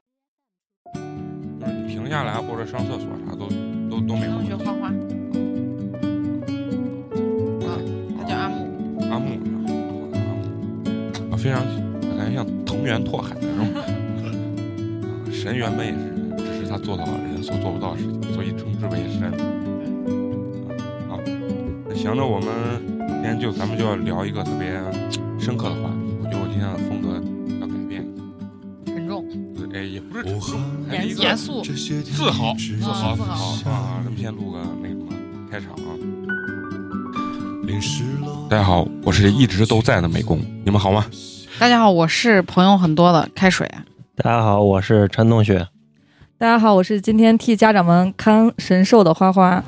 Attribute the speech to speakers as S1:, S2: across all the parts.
S1: 就是你停下来或者上厕所啥都都都没
S2: 同学
S1: 有。
S2: 画画，他叫阿木，
S1: 阿木，我叫阿木，啊，非常感觉像藤原拓海那种。啊神原本也是，只是他做到了人所做不到的事情，所以称之为神。啊，好那行，那我们今天就咱们就要聊一个特别深刻的话题。我觉得我今天的风格要改变一
S2: 沉重，
S1: 下，哎，也不
S3: 哦
S1: 是
S2: 严
S1: 一个
S2: 严肃，
S1: 自豪，自豪，
S2: 啊
S1: 自
S2: 自
S3: 哦
S1: 豪
S2: 豪
S1: 啊！咱们先录个那个什么开场啊。大家好，我是一直都在的美工，你们好吗？
S2: 大家好，我是朋友很多的开水，啊
S4: 大家好，我是陈同学。
S5: 大家好，我是今天替家长们看神兽的花花。
S1: 啊，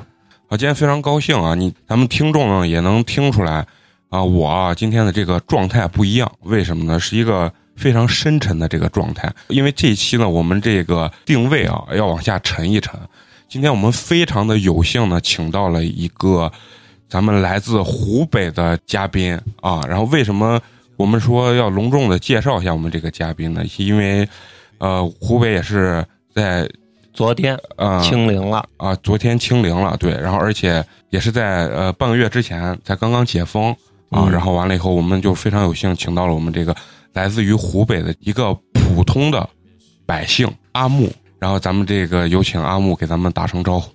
S1: 今天非常高兴啊！你咱们听众呢也能听出来啊，我啊今天的这个状态不一样，为什么呢？是一个非常深沉的这个状态，因为这一期呢，我们这个定位啊要往下沉一沉。今天我们非常的有幸呢，请到了一个咱们来自湖北的嘉宾啊。然后为什么我们说要隆重的介绍一下我们这个嘉宾呢？是因为呃，湖北也是在
S4: 昨天
S1: 呃
S4: 清零了，
S1: 啊，昨天清零了，对，然后而且也是在呃半个月之前才刚刚解封啊，
S4: 嗯
S1: 然后完了以后，我们就非常有幸请到了我们这个来自于湖北的一个普通的百姓阿木，然后咱们这个有请阿木给咱们打声招呼。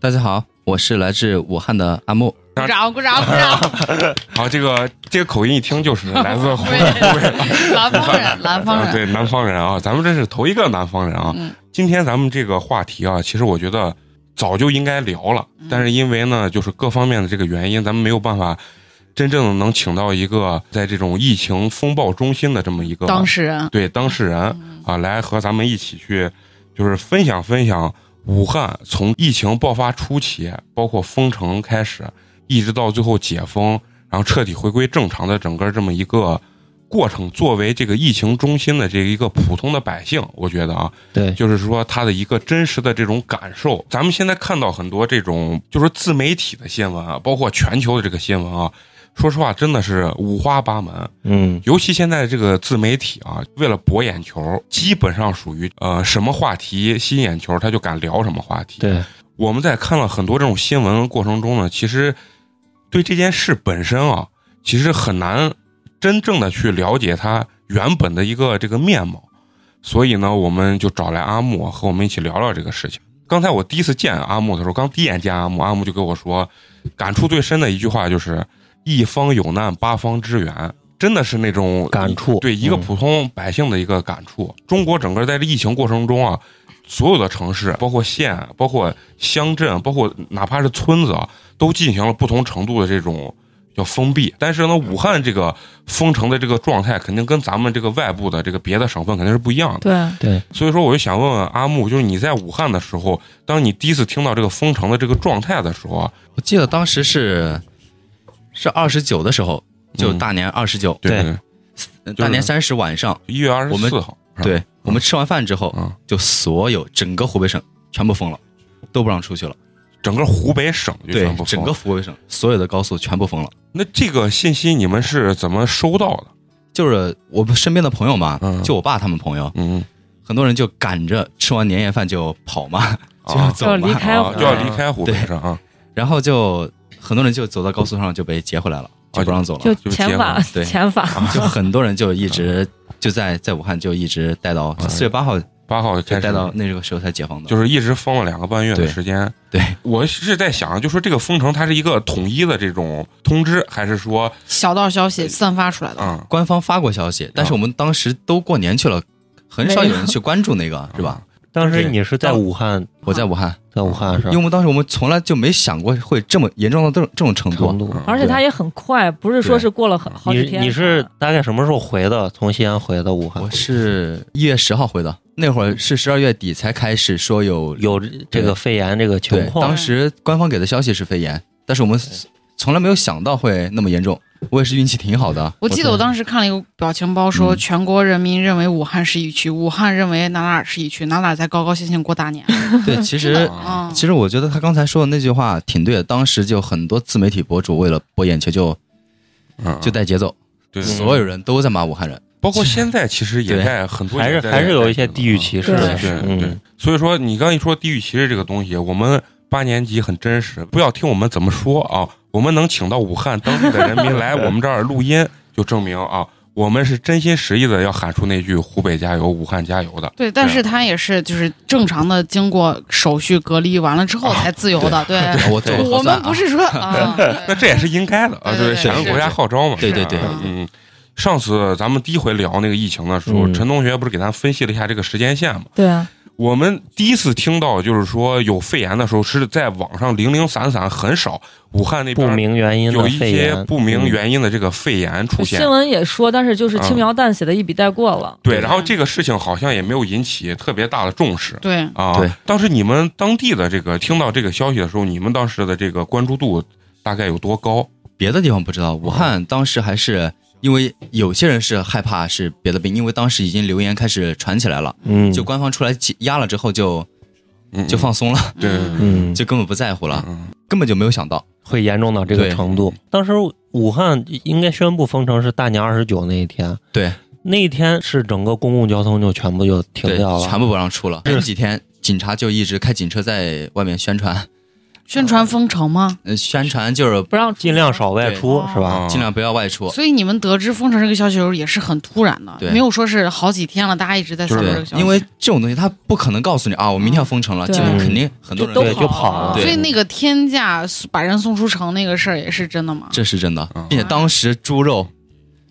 S6: 大家好，我是来自武汉的阿木。
S2: 鼓掌，鼓掌，鼓掌，
S1: 好，这个这个口音一听就是来自湖
S2: 对，南方人，南方
S1: 啊，
S2: 人，
S1: 对南方人啊，咱们这是头一个南方人啊。
S2: 嗯
S1: 今天咱们这个话题啊，其实我觉得早就应该聊了，
S2: 嗯
S1: 但是因为呢，就是各方面的这个原因，咱们没有办法真正的能请到一个在这种疫情风暴中心的这么一个
S2: 当事人，嗯
S1: 对当事人啊，来和咱们一起去就是分享分享武汉从疫情爆发初期，包括封城开始，一直到最后解封，然后彻底回归正常的整个这么一个过程。作为这个疫情中心的这一个普通的百姓，我觉得啊，
S4: 对，
S1: 就是说他的一个真实的这种感受。咱们现在看到很多这种就是自媒体的新闻啊，包括全球的这个新闻啊，说实话真的是五花八门。
S4: 嗯，
S1: 尤其现在这个自媒体啊，为了博眼球，基本上属于呃什么话题吸引眼球，他就敢聊什么话题。，
S4: 对，
S1: 我们在看了很多这种新闻过程中呢，其实对这件事本身啊，其实很难真正的去了解它原本的一个这个面貌。所以呢，我们就找来阿木和我们一起聊聊这个事情。刚才我第一次见阿木的时候，刚第一眼见阿木，阿木就跟我说，感触最深的一句话就是“一方有难，八方支援”，真的是那种
S4: 感触
S1: 对一个
S4: 嗯
S1: 普通百姓的一个感触。中国整个在这疫情过程中啊，所有的城市，包括县、包括乡镇、包括哪怕是村子啊，都进行了不同程度的这种叫封闭。但是呢，武汉这个封城的这个状态，肯定跟咱们这个外部的这个别的省份肯定是不一样的。
S5: 对，
S4: 对，
S1: 所以说，我就想问问啊阿木，就是你在武汉的时候，当你第一次听到这个封城的这个状态的时候啊，
S6: 我记得当时是是二十九的时候，就
S1: 嗯
S6: 大年二十九，
S1: 对
S4: 对
S1: 对，
S6: 呃
S1: 就是
S6: 大年三十晚上，
S1: 一月二十四号，是吧，
S6: 对我们吃完饭之后，
S1: 嗯，
S6: 就所有整个湖北省全部封了，都不让出去了。
S1: 整个湖北省就
S6: 对
S1: 全部，封
S6: 整
S1: 了。
S6: 个湖北省所有的高速全部封了。
S1: 那这个信息你们是怎么收到的？
S6: 就是我们身边的朋友嘛
S1: 嗯，
S6: 就我爸他们朋友，
S1: 嗯，
S6: 很多人就赶着吃完年夜饭就跑嘛，就要
S1: 啊，
S6: 走
S5: 就要离
S6: 嘛，
S5: 开
S1: 啊就要离开湖北
S6: 对
S1: 是啊，
S6: 然后就很多人就走到高速上就被截回来了，就不让走了。
S5: 就
S1: 就是
S5: 遣返
S6: 结婚对啊
S5: 遣返。
S6: 就很多人就一直就在在武汉就一直待到
S1: 嗯
S6: 四月八号，
S1: 八号
S6: 就
S1: 开
S6: 待
S1: 始
S6: 到那个时候才解封的。
S1: 就是一直封了两个半月的
S6: 对
S1: 时间。
S6: 对，
S1: 我是在想，就说这个封城它是一个统一的这种通知，还是说，
S2: 小道消息散发出来的，
S1: 嗯，
S6: 官方发过消息，但是我们当时都过年去了，很少有人去关注那个，是吧？
S1: 嗯
S4: 当时你是在武汉，
S6: 我在武汉，
S4: 在武啊汉是吧
S6: 因为我们当时我们从来就没想过会这么严重到这种这种程
S4: 成
S6: 度。
S4: 都。 嗯
S5: 而且他也很快，不是说是过了很好
S4: 你
S5: 几天。
S4: 你是大概什么时候回的？从西安回的武汉
S6: 我？是一月十号回的，那会儿是十二月底才开始说有
S4: 有这个肺炎这个情
S6: 对，
S4: 况
S6: 当，时官方给的消息是肺炎，但是我们从来没有想到会那么严重。我也是运气挺好的，
S2: 我记得我当时看了一个表情包，说
S6: 嗯
S2: 全国人民认为武汉是疫区，武汉认为哪哪儿是疫区，哪哪儿在高高兴兴过大年。
S6: 对，其
S2: 真
S6: 实
S2: 的嗯，
S6: 啊其实我觉得他刚才说的那句话挺对的，当时就很多自媒体博主为了博眼球就
S1: 嗯，
S6: 就带节奏，
S1: 对，
S6: 所有人都在骂武汉人，
S1: 包括现在其实也
S6: 对
S1: 在很多
S4: 还
S1: 也
S4: 是
S1: 在
S4: 还是有一些地域歧视的，
S1: 对对
S4: 嗯
S1: 对，所以说你刚一说地域歧视这个东西，我们八年级很真实，不要听我们怎么说啊，我们能请到武汉当地的人民来我们这儿录音，就证明啊，我们是真心实意的要喊出那句“湖北加油，武汉加油”的。
S2: 对，但是他也是就是正常的，经过手续隔离完了之后才自由的。对，
S6: 然后我做了
S2: 哎我
S6: 核
S2: 们
S6: 酸
S2: 不
S6: 啊，
S2: 是说啊，
S1: 那
S2: 对
S1: 这也是应该的啊，
S2: 对
S1: 就
S2: 对
S1: 是响应
S2: 是
S1: 国家
S6: 是
S1: 号召嘛。
S6: 对对对
S2: 是啊
S1: 嗯，上次咱们第一回聊那个疫情的时候，
S4: 嗯
S1: 陈同学不是给咱分析了一下这个时间线嘛？
S5: 对啊，
S1: 我们第一次听到就是说有肺炎的时候，是在网上零零散散很少，武汉那
S4: 不
S1: 边
S4: 明原因
S1: 有
S4: 的
S1: 一
S4: 肺
S1: 些
S4: 炎，嗯
S1: 不明原因的这个肺炎出现
S5: 新。闻也说，但是就是
S1: 啊
S5: 轻描淡写的一笔带过了。
S1: 对，然后这个事情好像也没有引起特别大的重视
S2: 对，
S1: 啊。
S6: 对，
S1: 当时你们当地的这个听到这个消息的时候，你们当时的这个关注度大概有多高？
S6: 别的地方不知道，武汉当时还是因为有些人是害怕是别的病，因为当时已经流言开始传起来了，
S4: 嗯，
S6: 就官方出来挤压了之后就
S1: 嗯，
S6: 就放松了，
S1: 对
S2: 嗯
S4: 嗯
S6: 就根本不在乎了，
S1: 嗯
S6: 根本就没有想到。
S4: 会严重到这个
S6: 对
S4: 程度。当时武汉应该宣布封城是大年二十九那一天，
S6: 对，
S4: 那一天是整个公共交通就全部就停
S6: 对，
S4: 掉了，
S6: 全部不让出了。这几天警察就一直开警车在外面宣传，
S2: 宣传封城吗？
S6: 呃宣传就是
S5: 不让出
S4: 尽量少外出
S2: 对
S4: 是吧？
S1: 啊
S6: 尽量不要外出。
S2: 所以你们得知封城这个消息的时候也是很突然的，
S6: 对
S2: 没有说是好几天了，大家一直在搜
S1: 就是
S2: 这
S6: 对
S2: 个消，息。
S6: 因为这种东西他不可能告诉你啊，我明天要封城了，
S5: 对
S6: 这种肯定很多
S5: 都
S4: 对，
S6: 人
S5: 跑
S4: 就跑了。
S6: 对
S2: 所以那个天价把人送出城那个事儿也是真的吗？
S6: 这是真的
S1: 啊，
S6: 并且当时猪肉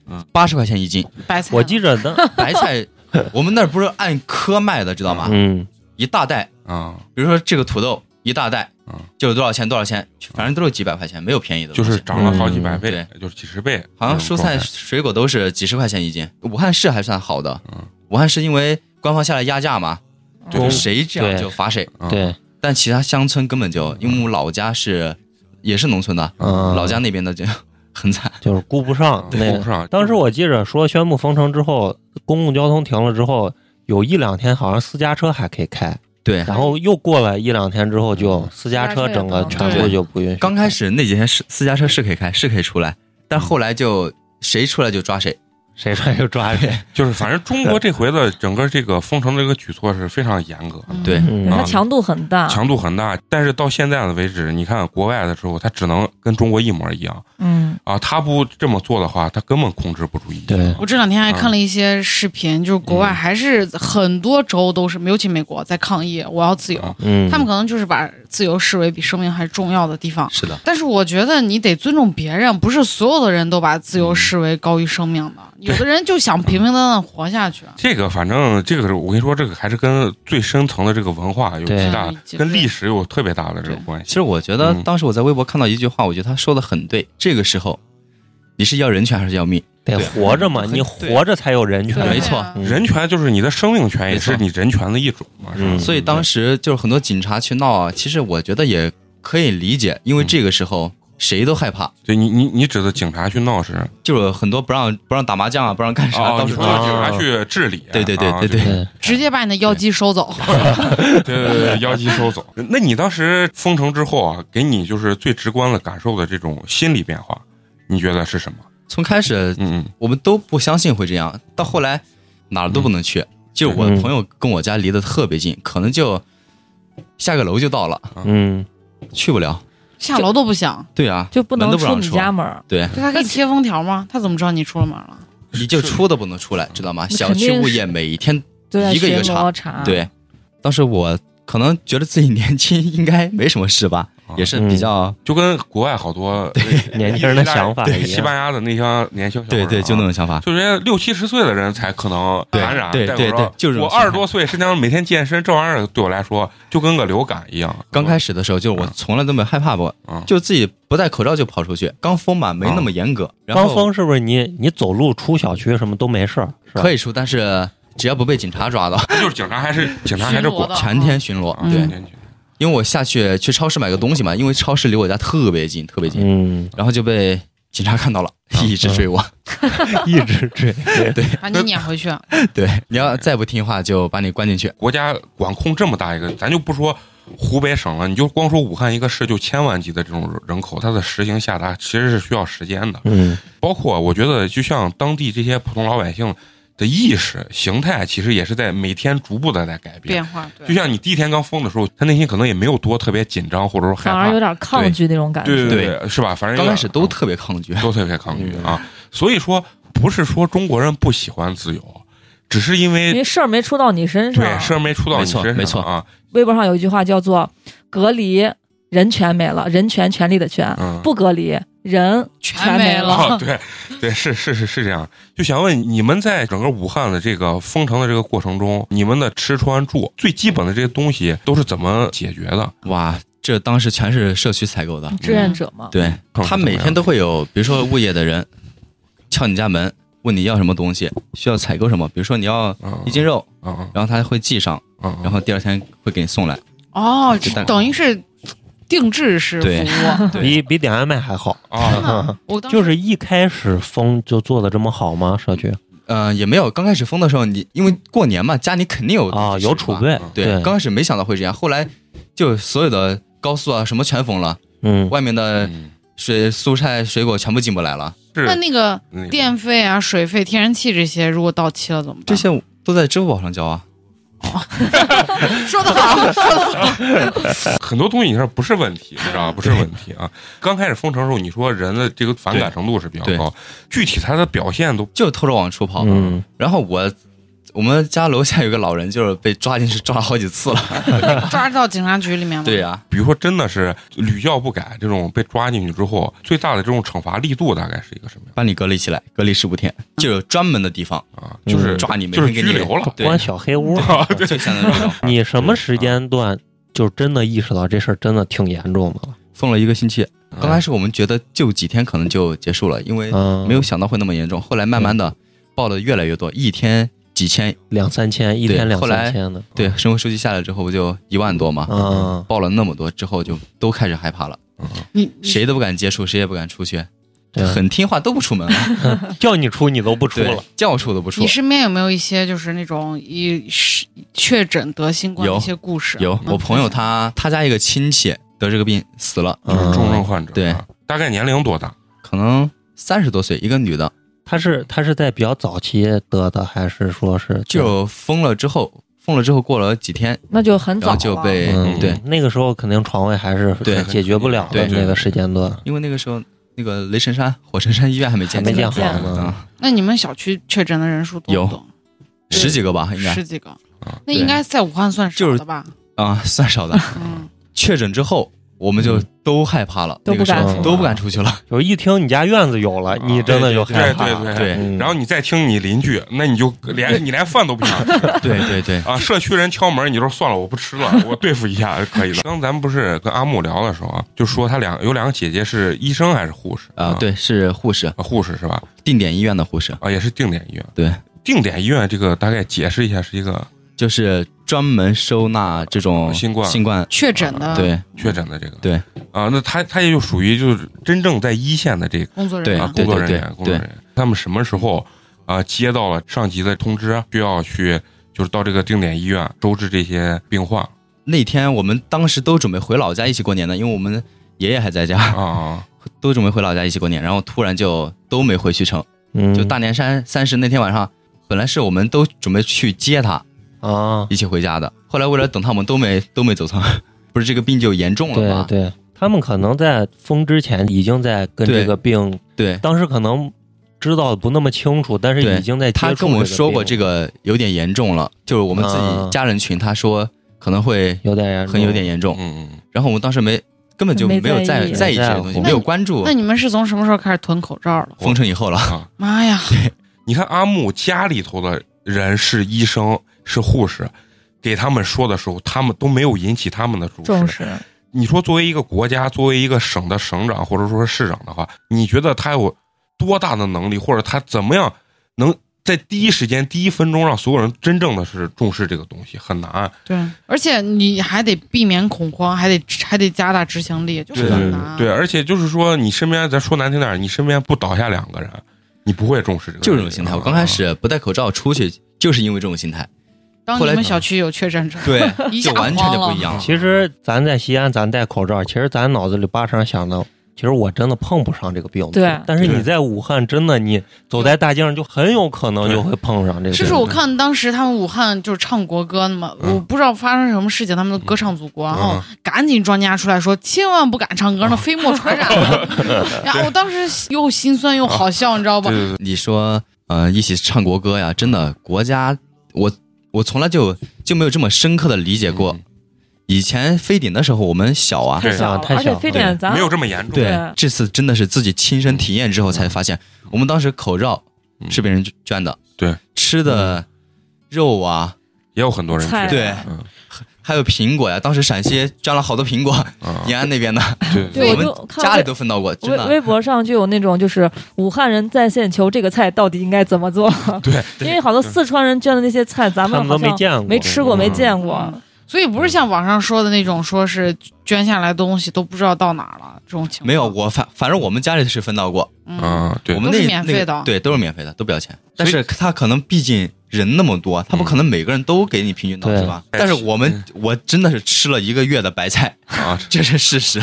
S1: 嗯
S6: 八十块钱一斤，
S2: 白菜呢，
S4: 我记着当
S6: 白菜我们那儿不是按颗卖的，知道吗？
S4: 嗯，
S6: 一大袋，
S1: 啊，
S6: 比如说这个土豆一大袋
S1: 嗯，
S6: 就是多少钱多少钱，反正都是几百块钱，没有便宜的东
S1: 就
S6: 西。
S1: 是涨了好几百倍，
S6: 嗯
S1: 就是几十倍，
S6: 好像蔬菜
S1: 嗯
S6: 水果都是几十块钱一斤。武汉市还算好的
S1: 嗯，
S6: 武汉市因为官方下来压价嘛，
S1: 对
S6: 就是谁这样
S4: 对
S6: 就罚谁。
S1: 啊
S4: 对，
S6: 但其他乡村根本就，因为我们老家是也是农村的，
S4: 嗯，
S6: 老家那边的就很惨。
S4: 就是顾不
S1: 啊
S4: 上那
S1: 顾不
S4: 个。
S1: 上。
S4: 当时我记着说宣布封城之后，公共交通停了之后，有一两天好像私家车还可以开，
S6: 对，
S4: 然后又过了一两天之后，就私家车整个全部就不允许。
S6: 嗯刚开始那几天是私家车是可以开，是可以出来，但后来就谁出来就抓谁。
S4: 谁出来就抓谁，
S1: 就是反正中国这回的整个这个封城的这个举措是非常严格的。
S2: 嗯
S6: 对啊
S5: 对
S4: 嗯
S5: 它强度很大。
S1: 强度很大，但是到现在的为止，你看国外的时候，它只能跟中国一模一样
S5: 嗯，
S1: 啊！他不这么做的话，他根本控制不住啊疫情。
S4: 对
S2: 我这两天还看了一些视频，就是国外还是很多州都是，尤其美国在抗议我要自由，
S1: 啊
S4: 嗯，
S2: 他们可能就是把自由视为比生命还重要的地方。
S6: 是的，
S2: 但是我觉得你得尊重别人，不是所有的人都把自由视为高于生命的。有的人就想平平淡淡地活下去。啊
S1: 这个反正这个是我跟你说，这个还是跟最深层的这个文化有
S4: 对
S1: 极大
S2: 嗯，
S1: 跟历史有特别大的这个关
S6: 其
S1: 系。
S6: 实我觉得
S1: 嗯
S6: 当时我在微博看到一句话，我觉得他说的很对。这个时候，你是要人权还是要命？
S4: 得
S6: 对
S4: 活着嘛，
S6: 很
S4: 你活着才有人权。
S6: 没错
S2: 对啊
S4: 嗯
S1: 人权就是你的生命权，也
S6: 没错
S1: 是你人权的一种嘛。是吧
S4: 嗯
S6: 所以当时就是很多警察去闹啊，其实我觉得也可以理解，因为这个时候谁都害怕，
S1: 对你，你你指的警察去闹事
S6: 就是很多不让不让打麻将啊，不让干啥，
S1: 哦，
S6: 到
S1: 你
S6: 处
S1: 说
S6: 都
S1: 的
S6: 是
S1: 警察去治理，
S6: 对对对
S1: 啊
S6: 对对
S4: 对
S2: 直接把你的药剂收 走。
S1: 对对对， 妖姬收走。那你当时封城之后啊，给你就是最直观的感受的这种心理变化，你觉得是什么？
S6: 从开始
S1: 嗯嗯
S6: 我们都不相信会这样，到后来哪儿都不能去。就是我
S4: 嗯
S6: 朋友跟我家离得特别近，可能就下个楼就到了，
S4: 嗯，
S6: 去不了。
S2: 下楼都不想。
S6: 对啊，
S5: 就不
S6: 门
S5: 能
S6: 都不
S5: 出
S6: 让
S5: 你
S6: 出
S5: 家门儿，
S6: 对，
S2: 他给你贴封条吗？他怎么知道你出了门了？
S6: 你就出都不能出来，知道吗？
S5: 那
S6: 小
S5: 肯
S6: 区
S5: 定
S6: 物
S5: 是
S6: 业每天
S5: 就在
S6: 一个一
S5: 巡
S6: 个
S5: 逻查。，
S6: 对。当时我可能觉得自己年轻，应该没什么事吧，
S1: 啊
S6: 也是比较
S1: 就跟国外好多
S4: 年轻人的想法一
S1: 西
S4: 样。
S1: 班牙的那些年轻小伙儿
S6: 对
S1: 啊
S6: 对，就那种想法。
S1: 就人家六七十岁的人才可能
S6: 对
S1: 感染。
S6: 对
S1: 但
S6: 对
S1: 我说
S6: 对就是这
S1: 我
S6: 种
S1: 二十多岁，实际上每天健身这玩意儿对我来说就跟个流感一样。
S6: 刚开
S1: 始
S6: 始的时候，就是我从来都没有害怕过
S1: 嗯，
S6: 就自己不戴口罩就跑出去。刚封嘛，没那么严格，然后
S4: 刚封是不是你你走路出小区什么都没事儿？是吧
S6: 可以出，但是只要不被警察抓到，
S1: 那就是警察还是警察还是
S2: 巡逻
S1: 管
S2: 的
S6: 全天巡逻。
S1: 啊，
S2: 嗯
S6: 对，
S1: 全天
S6: 因为我下去去超市买个东西嘛，因为超市离我家特别近，特别近，
S4: 嗯，
S6: 然后就被警察看到了，一直追我。
S4: 一直追，
S2: 把你撵回去。
S4: 嗯
S6: 对，你要再不听话就把你关进去。
S1: 国家管控这么大一个，咱就不说湖北省了，你就光说武汉一个市就千万级的这种人口，它的实行下达其实是需要时间的。
S4: 嗯
S1: 包括我觉得，就像当地这些普通老百姓的意识形态，其实也是在每天逐步的在改变。
S2: 变化，
S1: 就
S2: 对，
S1: 像你第一天刚封的时候，他内心可能也没有多特别紧张或者说害
S5: 反而
S1: 怕
S5: 有，点抗拒那种感觉。
S1: 对对对，是吧？
S4: 哎
S1: 反正有
S6: 刚
S1: 点
S6: 开始都特别抗拒，
S1: 都特别抗拒
S4: 嗯
S1: 啊。所以说，不是说中国人不喜欢自由，只是因
S5: 因
S1: 为
S5: 为事儿没出到你身上，
S1: 对事儿没出到你
S6: 没错
S1: 身上
S6: 没错
S1: 啊，
S5: 微博上有一句话叫做“隔离人权没了，人权权利的权，
S1: 嗯。
S5: 不隔离人
S2: 全没
S5: 全没
S2: 了
S1: 啊，。对，对，是是是是这样。就想问你们在整个武汉的这个封城的这个过程中，你们的吃穿住最基本的这些东西都是怎么解决的？
S6: 哇，这当时全是社区采购
S4: 嗯
S6: 的。
S5: 志愿者嘛。
S6: 对
S1: 嗯
S6: 他每天都会有，比如说物业的人敲你家门，问你要什么东西，需要采购什么，比如说你要
S1: 嗯
S6: 一斤肉，
S1: 嗯嗯
S6: 然后他会记上，
S1: 嗯嗯，
S6: 然后第二天会给你送来。
S2: 哦
S6: 就蛋，糕
S2: 等于是定制式服
S6: 对
S2: 务。
S6: 对
S4: 比比点外卖还好。
S1: 啊，
S2: 我当时
S4: 就是一开始封就做的这么好吗？社区
S6: 呃，也没有，刚开始封的时候，你因为过年嘛，家里肯定有
S4: 啊，有储
S6: 吧。
S4: 备，
S6: 对，刚开始没想到会这样，后来就所有的高速啊什么全封了，
S4: 嗯，
S6: 外面的
S1: 嗯
S6: 水蔬菜水果全部进不来了，
S1: 是
S2: 那那个
S1: 那个
S2: 电费啊、水费、天然气这些，如果到期了怎么办？
S6: 这些都在支付宝上交啊。
S2: 说的好，说的好。
S1: 很多东西你说不是问题，你知道吧？不是问题啊。刚开始封城的时候，你说人的这个反感程度是比较
S6: 对
S1: 高，具体他的表现都
S6: 就偷着往出跑。
S4: 嗯，
S6: 然后我我们家楼下有个老人，就是被抓进去抓了好几次了。
S2: 抓到警察局里面了。
S6: 对呀、
S1: 比如说真的是屡教不改这种被抓进去之后，最大的这种惩罚力度大概是一个什么样
S6: 把你隔离起来，隔离十五天，就有专门的地方
S1: 啊？
S4: 嗯
S1: 就是
S6: 抓你，每
S1: 就
S6: 天
S1: 是
S6: 给
S1: 拘
S6: 你
S1: 留了，
S6: 对，
S4: 关小黑屋，
S6: 就相当于这种。
S4: 你什么时间段就真的意识到这事儿真的挺严重的了？
S6: 封了一个星期，
S1: 嗯
S6: 刚开始我们觉得就几天可能就结束了，因为
S4: 嗯，
S6: 没有想到会那么严重。后来慢慢的报的越来越多，一天几千，
S4: 两三千，一天两
S6: 后来
S4: 三千的，
S6: 对，生活收集下来之后不就一万多嘛。
S4: 嗯，
S6: 报了那么多之后，就都开始害怕了，
S2: 你
S5: 嗯
S2: 你
S6: 谁都不敢接触，谁也不敢出去，
S4: 对啊，
S6: 很听话都不出门 了，
S4: 叫你出你都不出
S6: 对
S4: 了，，
S6: 叫出都不出
S2: 你。身边有没有一些就是那种一是确诊得新冠的
S6: 有
S2: 一些故事？
S6: 有
S2: 嗯
S6: 我朋友他他家一个亲戚得这个病死了，
S1: 就是
S4: 嗯
S1: 重症患者，啊
S6: 对，
S1: 大概年龄多大？
S6: 可能三十多岁，一个女的，
S4: 他是他是在比较早期得的，还是说是
S6: 就封了之后，封了之后过了几天，
S5: 那就很
S6: 然
S5: 早啊
S6: 后
S5: 了，
S6: 就被
S4: 嗯
S6: 对，
S4: 那个时候肯定床位还是
S6: 对
S4: 解决不了的
S6: 对
S4: 那个时间段，
S6: 因为那个时候那个雷神山火神山医院还没建
S4: 还没
S6: 起来
S4: 建好呢
S6: 嗯
S2: 那你们小区确诊的人数多不多？
S5: 对
S6: 十几个吧，应该
S2: 十几个
S1: 啊，
S2: 那应该在武汉算少
S6: 就是
S2: 的吧？
S6: 啊，算少的。
S2: 嗯，
S6: 确诊之后，我们
S4: 嗯
S6: 就都害怕了，
S5: 都不敢
S6: 那个时
S4: 出
S6: 候都不敢出去了。
S4: 就是一听你家院子有了，
S1: 啊
S4: 你真的就害
S1: 对
S4: 怕，
S1: 对
S6: 对
S4: 嗯
S1: 然后你再听你邻居，那你 就连你连饭都不想吃
S6: 对对对，
S1: 啊！社区人敲门，你就说算了，我不吃了，我对付一下可以的。刚咱们不是跟阿木聊的时候啊，就说他两有两个姐姐是医生还是护士
S6: 啊，对，是护士，
S1: 啊护士是吧？
S6: 定点医院的护士，
S1: 啊，也是定点医院。
S6: 对，
S1: 定点医院这个大概解释一下，是一个
S6: 就是专门收纳这种
S1: 新冠
S6: 新冠，
S2: 确诊的
S6: 对
S1: 确诊的这个。
S6: 对
S1: 啊，那他他也就属于就是真正在一线的这个
S2: 工作人
S6: 对
S1: 啊
S2: 员
S6: 对
S1: 工作人员，
S6: 对
S1: 工作人员，他们什么时候啊接到了上级的通知，需要去就是到这个定点医院收治这些病患
S6: 那天我们当时都准备回老家一起过年的，因为我们爷爷还在家，
S1: 啊？
S6: 都准备回老家一起过年，然后突然就都没回去成。
S4: 嗯，
S6: 就大年三三十那天晚上，本来是我们都准备去接他
S4: 啊，
S6: 一起回家的，后来为了等他们都没都没走成， 不是这个病就严重了
S4: 对
S6: 吗？
S4: 对，他们可能在封之前已经在跟
S6: 对
S4: 这个病，
S6: 对
S4: 当时可能知道的不那么清楚，但是
S6: 对
S4: 已经在接
S6: 他
S4: 触
S6: 跟我们
S4: 个
S6: 说过
S4: 病嗯
S6: 这个有点严重了，就是我们自己家人群，他说可能会
S4: 有点严重
S6: 很有点严重。
S1: 嗯嗯，
S6: 然后我们当时没根本就没有
S5: 没在
S6: 在
S5: 意
S6: 在意这些东
S4: 没
S6: 西，
S4: 在乎
S6: 没有关注
S2: 那。你们是从什么时候开始囤口罩的？
S6: 封城以 后了，
S1: 啊，
S2: 妈呀！
S1: 你看阿木家里头的人是医生是护士，给他们说的时候，他们都没有引起他们的重视。
S5: 重视。
S1: 你说作为一个国家，作为一个省的省长或者说是市长的话，你觉得他有多大的能力，或者他怎么样能在第一时间、第一分钟让所有人真正的是重视这个东西很难。
S2: 对，而且你还得避免恐慌，还得还得加大执行力，就
S1: 对
S2: 很
S5: 啊
S2: 难。
S1: 对，而且就是说，你身边咱说难听点儿，你身边不倒下两个人，你不会重视这个。啊
S6: 就这种心态。我刚开始不戴口罩出去，就是因为这种心态。
S2: 当
S6: 后
S2: 你
S6: 来
S2: 们小区有确诊者，
S6: 对，
S2: 一
S6: 就
S2: 下
S6: 完全就不
S2: 慌
S6: 一
S2: 了。
S6: 样了。
S4: 其实咱在西安，咱戴口罩，其实咱脑子里八成想的，其实我真的碰不上这个病毒。
S5: 对
S4: 但是
S1: 对
S4: 你在武汉，真的你走在大街上，就很有可能就会碰上这个病毒。
S2: 这是我看当时他们武汉就是唱国歌呢嘛，
S1: 嗯
S2: 我不知道发生什么事情，他们都歌唱祖国，然后
S1: 啊，
S2: 赶紧专家出来说千万不敢唱歌，那飞沫传 染了。然后我当时又心酸又好笑，你知道吧
S1: 对？对对，
S6: 你说，呃，一起唱国歌呀，真的，国家，我我从来就就没有这么深刻的理解过。
S1: 嗯
S6: 以前非典的时候，我们小啊，
S1: 对
S5: 太小了，
S4: 太
S5: 而
S4: 小
S5: 且
S4: 了
S5: 非典咱
S1: 没有这么严重。
S6: 对
S5: 对，
S6: 这次真的是自己亲身体验之后才发现，我们当时口罩
S1: 嗯
S6: 是别人捐的，
S1: 对，
S6: 吃的肉啊，
S1: 也有很多人
S5: 菜
S1: 去
S6: 对
S1: 嗯
S6: 还有苹果呀，当时陕西捐了好多苹果，
S1: 啊，
S6: 延安那边的，
S1: 对
S5: 对
S6: 我
S5: 我
S6: 们
S5: 就看
S6: 家里
S5: 微
S6: 都分到过，真
S5: 微
S6: 的。
S5: 微博上就有那种就是武汉人在线求这个菜到底应该怎么 做，
S1: 对，
S5: 因为好多四川人捐的那些菜，咱
S4: 他
S5: 们
S4: 们都
S5: 好
S4: 没
S5: 像
S4: 见过，
S5: 没吃过，
S1: 嗯
S5: 没见过。
S2: 所以不是像网上说的那种，说是捐下来的东西都不知道到哪儿了这种情况。
S6: 没有，，我反反正我们家里是分到过，
S2: 嗯，
S1: 啊，对
S6: 我，们
S2: 都
S6: 那
S2: 是免费的
S6: 那个对，都是免费的，都不要钱。
S1: 所
S6: 但
S1: 以嗯
S6: 是他可能毕竟人那么多，他不可能每个人都给你平均到，
S4: 对
S6: 是吧？但是我们我真的是吃了一个月的白菜，
S1: 啊， 嗯
S6: 这是事实。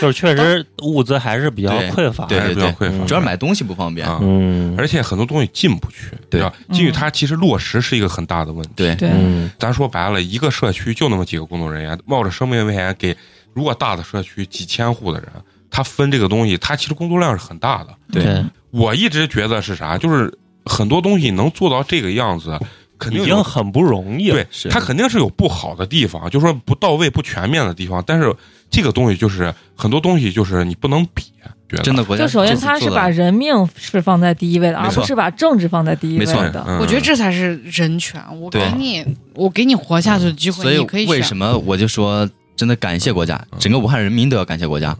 S4: 就是确实物资还是比较匮乏。
S6: 对
S1: 还是比较匮乏，
S4: 嗯
S6: 主要是买东西不方便。
S1: 啊，
S4: 嗯，
S1: 而且很多东西进不去，
S6: 对
S1: 吧？进去
S5: 嗯
S1: 它其实落实是一个很大的问题。
S6: 对，
S5: 对，
S4: 嗯，
S1: 咱说白了，一个社区就那么几个工作人员，冒着生命危险给如果大的社区几千户的人，他分这个东西，他其实工作量是很大的。
S6: 对
S4: 对，
S1: 我一直觉得是啥，就是很多东西能做到这个样子，肯定
S4: 已
S1: 有
S4: 经很不容易了。
S1: 对
S6: 是，
S1: 它肯定是有不好的地方，就说不到位、不全面的地方。但是这个东西就是很多东西就是你不能比，觉得
S6: 真的国家
S5: 就首先他
S6: 这次
S5: 是
S6: 做得
S5: 把人命是放在第一位的，
S6: 没
S5: 而
S6: 错
S5: 不是把政治放在第一位
S6: 没错
S5: 的。
S1: 嗯
S2: 我觉得这才是人权。我
S6: 对嗯
S2: 给你，我给你活下去的机会，
S6: 所以
S2: 你可以
S6: 为
S2: 选。
S6: 什么我就说真的感谢国家
S1: 嗯，
S6: 整个武汉人民都要感谢国家。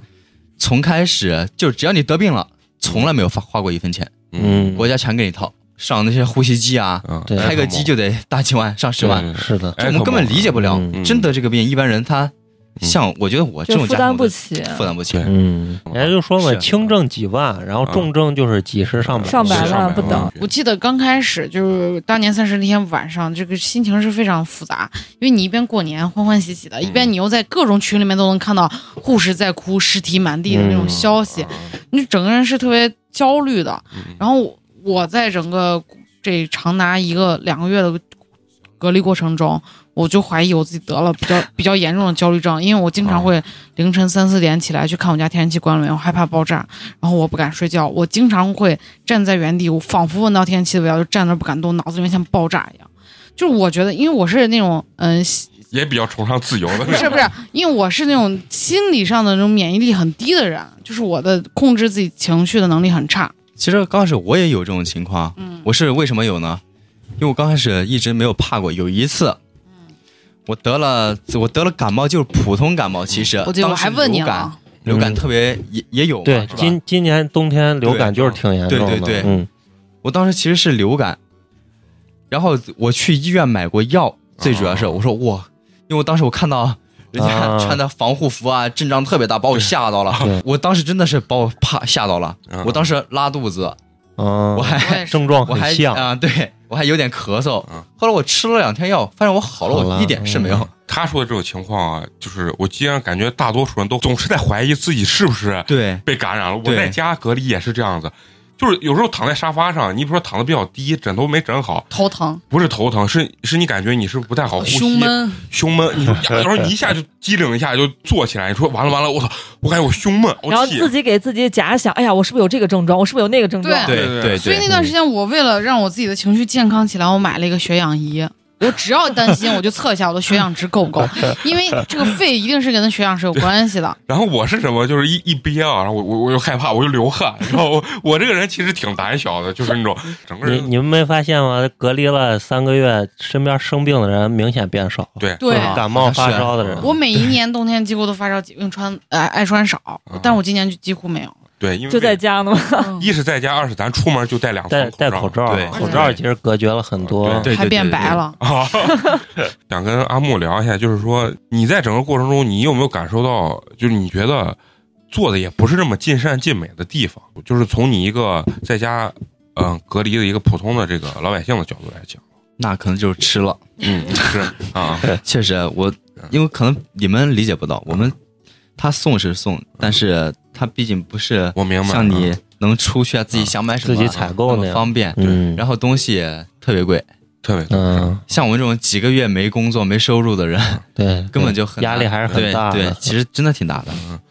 S6: 从开始就只要你得病了，从来没有花花过一分钱，
S4: 嗯，
S6: 国家全给你掏，上那些呼吸机啊，
S1: 嗯，
S4: 对
S6: 开个机就得大几万、上十万，
S1: 对对对
S4: 是的，
S6: 这我们根本理解不了。
S4: 嗯
S6: 真得这个病，一般人他像我觉得我这
S5: 就
S6: 种
S5: 负
S6: 家
S5: 担
S6: 庭
S5: 不
S6: 我都
S5: 起，啊
S6: 负担不起
S1: 对。
S4: 嗯，人家就说嘛，
S6: 是啊嗯
S4: 轻症几万，然后重症就是几十上百，
S5: 上百
S1: 是嗯
S5: 万不等
S1: 万
S2: 我记得刚开始就是大年三十那天晚上，这个心情是非常复杂，因为你一边过年欢欢喜喜的，一边
S6: 嗯
S2: 你又在各种群里面都能看到护士在哭、尸体满地的那种
S6: 嗯
S2: 消
S1: 嗯
S2: 息，
S6: 啊
S2: 你整个人是特别焦虑的。然后我在整个这长达一个两个月的隔离过程中，我就怀疑我自己得了比较比较严重的焦虑症，因为我经
S6: 哦
S2: 常会凌晨三四点起来去看我家天然气关了没，我害怕爆炸，然后我不敢睡觉，我经常会站在原地，我仿佛闻到天然气的味道就站那儿不敢动，脑子里面像爆炸一样。就是我觉得，因为我是那种嗯，
S1: 也比较崇尚自由的，
S2: 不是不是，
S6: 啊
S2: 因为我是那种心理上的那种免疫力很低的人，就是我的控制自己情绪的能力很差。
S6: 其实刚开始我也有这种情况，
S2: 嗯，
S6: 我是为什么有呢？因为我刚开始一直没有怕过，有一次，
S2: 嗯
S6: 我得了我得了感冒，就是普通感冒，其实
S2: 嗯我记得我
S6: 呃当时
S2: 还问你啊
S6: 流感
S2: 了，
S6: 流感特别也也有嘛，
S4: 对，
S6: 是吧
S4: 今今年冬天流感就是挺严重的，
S6: 对对对
S4: 嗯，
S6: 我当时其实是流感，然后我去医院买过药，最主要是
S1: 哦
S6: 我说哇，因为我当时我看到人
S4: 啊
S6: 家穿的防护服啊，阵仗特别大，把我吓到
S4: 对
S6: 了，我当时真的是把我怕吓到了
S1: 嗯，
S6: 我当时拉肚子，
S4: 嗯，
S6: 我还
S2: 我也是。
S4: 症状
S6: 我还
S4: 很像，
S6: 啊，对我还有点咳嗽
S1: 嗯，
S6: 后来我吃了两天药，发现我好了，
S4: 好了嗯
S6: 我一点事没有，
S1: 他说的这种情况啊，就是我既然感觉大多数人都总是在怀疑自己是不是
S6: 对
S1: 被感染了。我
S6: 对
S1: 在家隔离也是这样子，就是有时候躺在沙发上，你比如说躺的比较低，枕头没枕好，
S2: 头疼、
S1: 不是头疼，是是你感觉你是不是不太好呼吸，
S2: 胸闷，
S1: 胸闷， 你说呀，然后你一下就机灵一下就坐起来，你说完了完了，我操，我感觉我胸闷，
S5: 然后
S1: 我气
S5: 自己给自己假想，哎呀，我是不是有这个症状？我是不是有那个症状？
S2: 对
S1: 对
S6: 对
S2: 所以那
S6: 对，
S2: 段时间我为了让我自己的情绪健康起来，我买了一个血氧仪。我只要担心，我就测一下我的血氧值够不 够，因为这个肺一定是跟血氧是有关系的。
S1: 然后我是什么，就是一一憋啊，然后我我我又害怕，我就流汗，然后我我这个人其实挺胆小的，就是那种整个
S4: 你
S1: 人
S4: 你们没发现吗？隔离了三个月，身边生病的人明显变少，
S1: 对
S2: 对
S6: 啊
S4: 就是感冒发烧的
S6: 是
S4: 人，
S2: 我每一年冬天几乎都发烧疾病，穿呃爱穿少
S1: 嗯，
S6: 啊
S2: 但我今年就几乎没有。
S1: 对，因为
S5: 就在家呢嘛。
S2: 嗯
S1: 一是在家，二是咱出门就戴两
S4: 戴
S1: 层
S4: 戴口
S1: 罩
S4: 罩
S6: 啊
S4: 啊
S6: 对，
S4: 口罩其实隔绝了很多。
S6: 对对
S2: 还变白
S6: 了。
S2: 了，
S1: 啊。 想跟阿木聊一下，就是说你在整个过程中，你有没有感受到，就是你觉得做的也不是那么尽善尽美的地方？就是从你一个在家嗯、呃隔离的一个普通的这个老百姓的角度来讲，
S6: 那可能就是吃了。
S1: 嗯，是啊，
S6: 确实，我因为可能你们理解不到，我们他送是送，但是他毕竟不是
S1: 我
S2: 啊
S1: 明白。
S6: 像你能出去啊，自己想买什么
S4: 自己采购那
S6: 那么
S4: 样
S6: 方便。
S4: 嗯，
S6: 然后东西也特别贵，
S1: 特别
S4: 嗯，
S6: 像我们这种几个月没工作、没收入的人，
S4: 对，
S6: 根本就很
S4: 压力还是很大的。
S6: 对对，其实真的挺大的。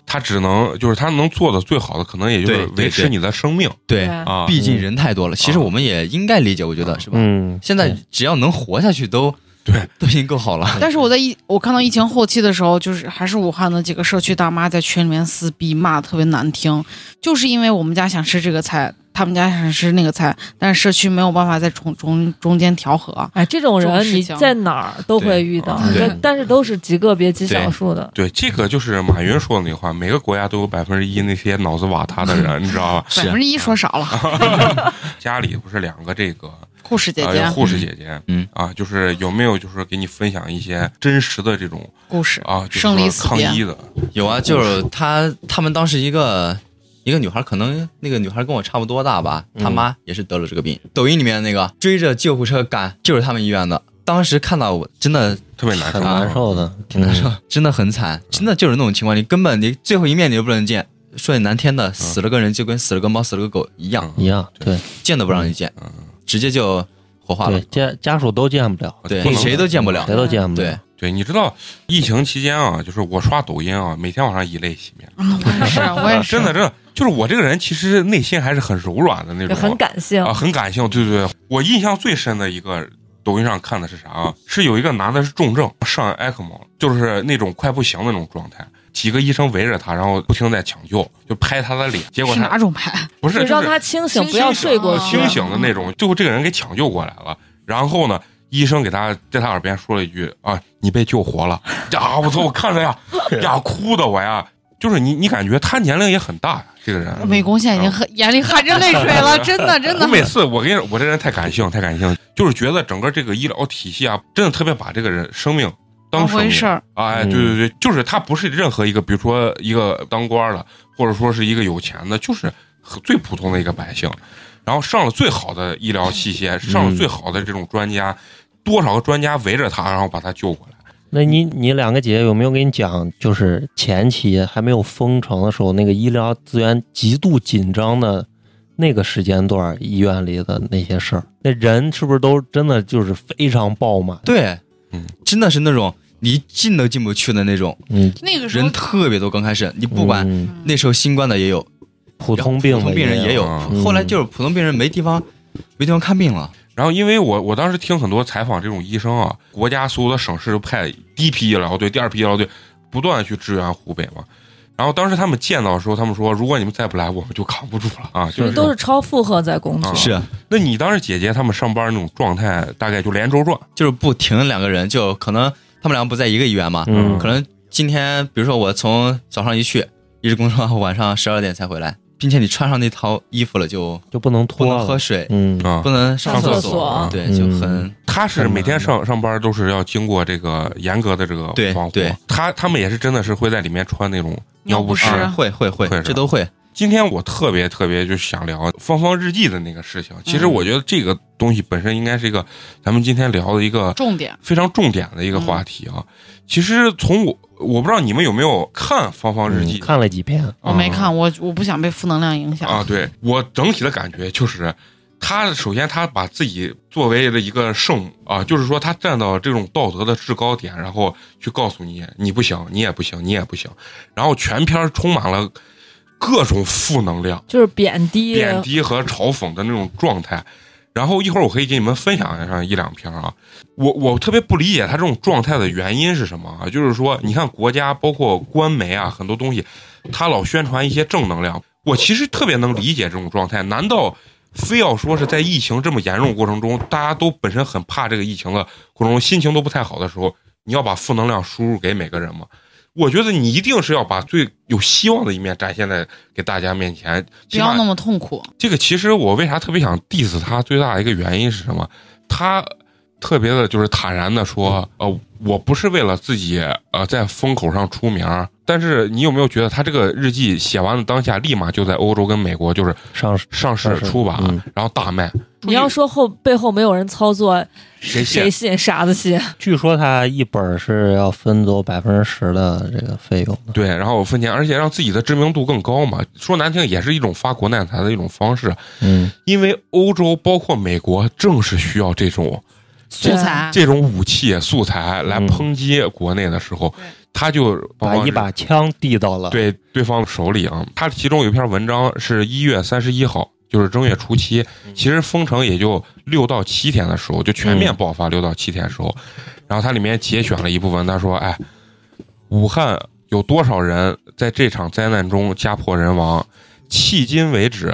S1: 他只能就是他能做的最好的，可能也就是
S6: 对对
S1: 维持
S6: 对
S1: 你的生命
S6: 对，
S1: 啊。
S6: 毕竟人太多了。其实我们也应该理解，我觉得是吧？
S4: 嗯，
S6: 现在只要能活下去 都
S1: 对
S6: 都已经够好了。
S2: 但是我在疫，我看到疫情后期的时候，就是还是武汉的几个社区大妈在群里面撕逼，骂的特别难听，就是因为我们家想吃这个菜，他们家想吃那个菜，但是社区没有办法在中中中间调和。
S5: 哎，这种
S2: 这
S5: 人
S2: 种
S5: 你
S2: 事情
S5: 在哪儿都会遇到
S1: 对，
S5: 但
S6: 对
S5: 但是都是极个别、极少数的。
S1: 对，这个就是马云说的那话，每个国家都有百分之一那些脑子瓦塌的人，你知道吧？
S2: 百分
S6: 是
S2: 之一说少了，
S1: 家里不是两个这个
S2: 护士姐
S1: 啊，
S2: 姐
S1: 有护士姐姐，
S6: 嗯
S1: 啊，就是有没有就是给你分享一些真实的这种
S2: 故事，
S1: 啊，就是
S2: 生离
S1: 说
S2: 死
S1: 抗
S2: 别
S1: 议的，
S6: 有啊，就是他他们当时一个一个女孩，可能那个女孩跟我差不多大吧，
S4: 嗯
S6: 她妈也是得了这个病。抖音里面那个追着救护车赶，就是他们医院的。当时看到我真的
S1: 特别难受啊
S4: 很，难受
S6: 啊
S4: 的，挺难受。
S6: 真的很惨，真的就是那种情况，你根本你最后一面你都不能见。说你难听的，死了个人就跟死了个猫、死了个狗一样，
S4: 一样，对
S6: 见都不让你见，
S1: 嗯，
S6: 直接就火化
S4: 对
S6: 了。，
S4: 家家属都见不了，
S6: 对
S1: 不，能
S6: 谁都见不了
S4: 谁。都见不
S6: 对
S4: 了。，
S1: 对，你知道疫情期间啊，就是我刷抖音啊，每天晚上以泪洗面，
S2: 嗯，我也是，我也是，
S1: 真的真的，就是我这个人其实内心还是很柔软的那
S5: 就
S1: 种，
S5: 很感性
S1: 啊，，很感性。对对对，我印象最深的一个抖音上看的是啥啊？是有一个男的是重症上 ECMO，了就是那种快不行的那种状态，几个医生围着他，然后不停地在抢救，就拍他的脸， 结果
S2: 是
S1: 他
S2: 哪种牌？
S1: 不
S5: 就是让
S1: 就是
S5: 他清醒，
S2: 清
S5: 不要
S2: 醒
S5: 睡过
S2: 啊
S5: 去。
S1: 清醒的那种，最后这个人给抢救过来了。然后呢，医生给他在他耳边说了一句：“啊，你被救活了！”呀，我操！我看着呀，呀，哭的我呀，就是你，你感觉他年龄也很大呀，这个人。
S2: 美工现在已经很眼里含着泪水了，真的真
S1: 我
S2: 的。
S1: 每次我跟你说我这人太感性，太感性，就是觉得整个这个医疗体系啊，真的特别把这个人生命当
S2: 当
S1: 生
S2: 回
S1: 命
S2: 事儿，
S1: 哎，
S4: 嗯
S1: 对对对，就是他不是任何一个，比如说一个当官的，或者说是一个有钱的，就是很最普通的一个百姓，然后上了最好的医疗器械，上了最好的这种专家，多少个专家围着他，然后把他救过来。
S4: 那你你两个姐有没有给你讲，就是前期还没有封城的时候，那个医疗资源极度紧张的那个时间段，医院里的那些事儿，那人是不是都真的就是非常爆满？
S6: 对
S1: 嗯，
S6: 真的是那种你进都进不去的那种，
S4: 嗯，
S2: 那个时候
S6: 人特别多。刚开始你不管，
S4: 嗯
S6: 那时候新冠的也有，
S4: 普通病的
S6: 普通病人也有
S1: 嗯，
S6: 后来就是普通病人没地方没地方看病了。
S1: 然后，因为我我当时听很多采访，这种医生啊，国家所有的省市都派第一批医疗队、第二批医疗队，不断地去支援湖北嘛。然后当时他们见到的时候，他们说：“如果你们再不来，我们就扛不住了啊！”就是
S5: 就都是超负荷在工作
S1: 啊。
S6: 是，
S1: 那你当时姐姐他们上班那种状态，大概就连轴转，
S6: 就是不停两个人，就可能他们两个不在一个医院嘛，
S4: 嗯
S6: 可能今天比如说我从早上一去，一直工作到晚上十二点才回来，并且你穿上那套衣服了就
S4: 就不能
S6: 不
S4: 拖
S6: 能喝
S4: 了，
S6: 水，
S4: 嗯
S1: 啊
S6: 不，能上
S5: 上厕
S6: 所，
S5: 所
S1: 啊
S6: 对，就很、
S4: 嗯
S1: 他是每天上上班都是要经过这个严格的这个
S6: 对
S1: 防护
S6: 对，
S1: 他他们也是真的是会在里面穿那种尿不
S2: 不
S1: 湿。
S2: 湿
S6: 啊会会会
S1: 会是吧
S6: 这都会，
S1: 今天我特别特别就想聊芳芳日记的那个事情，其实
S2: 嗯
S1: 我觉得这个东西本身应该是一个咱们今天聊的一个
S2: 重点
S1: 非常重点的一个话题啊。其实从我我不知道你们有没有看《芳芳日记》
S4: 嗯看了几篇，
S2: 我没看，我我不想被负能量影响
S1: 啊，对我整体的感觉就是，他首先他把自己作为了一个圣母啊，就是说他站到这种道德的制高点，然后去告诉你你不行，你也不行，你也不行，然后全篇充满了各种负能量、
S5: 就是贬低，
S1: 贬低和嘲讽的那种状态。然后一会儿我可以给你们分享一下一两篇啊，我我特别不理解他这种状态的原因是什么啊？就是说，你看国家包括官媒啊，很多东西，他老宣传一些正能量，我其实特别能理解这种状态。难道非要说是在疫情这么严重的过程中，大家都本身很怕这个疫情的过程中，心情都不太好的时候，你要把负能量输入给每个人吗？我觉得你一定是要把最有希望的一面展现在给大家面前。
S2: 不
S1: 起
S2: 要
S1: 码
S2: 那么痛苦。
S1: 这个其实我为啥特别想 diss 他，最大的一个原因是什么？他特别的就是坦然的说，呃，我不是为了自己呃在风口上出名儿，但是你有没有觉得他这个日记写完的当下，立马就在欧洲跟美国就是
S4: 上市
S1: 上市
S4: 上市
S1: 出版，
S4: 嗯
S1: 然后大卖。
S5: 你要说后背后没有人操作，
S1: 谁信
S5: 谁信？傻 子信。
S4: 据说他一本儿是要分走百分之十的这个费用的。
S1: 对，然后分钱，而且让自己的知名度更高嘛。说难听，也是一种发国难财的一种方式，
S4: 嗯，
S1: 因为欧洲包括美国正是需要这种
S2: 素
S4: 啊
S2: 材，
S1: 这种武器素材来抨击国内的时候，
S2: 嗯
S1: 他就往
S4: 嗯把
S1: 往
S4: 一把枪递到了，
S1: 对对方手里啊。他其中有一篇文章是一月三十一号，就是正月初七，其实封城也就六到七天的时候，就全面爆发六到七天的时候。然后它里面节选了一部分，他说：“哎，武汉有多少人在这场灾难中家破人亡？迄今为止，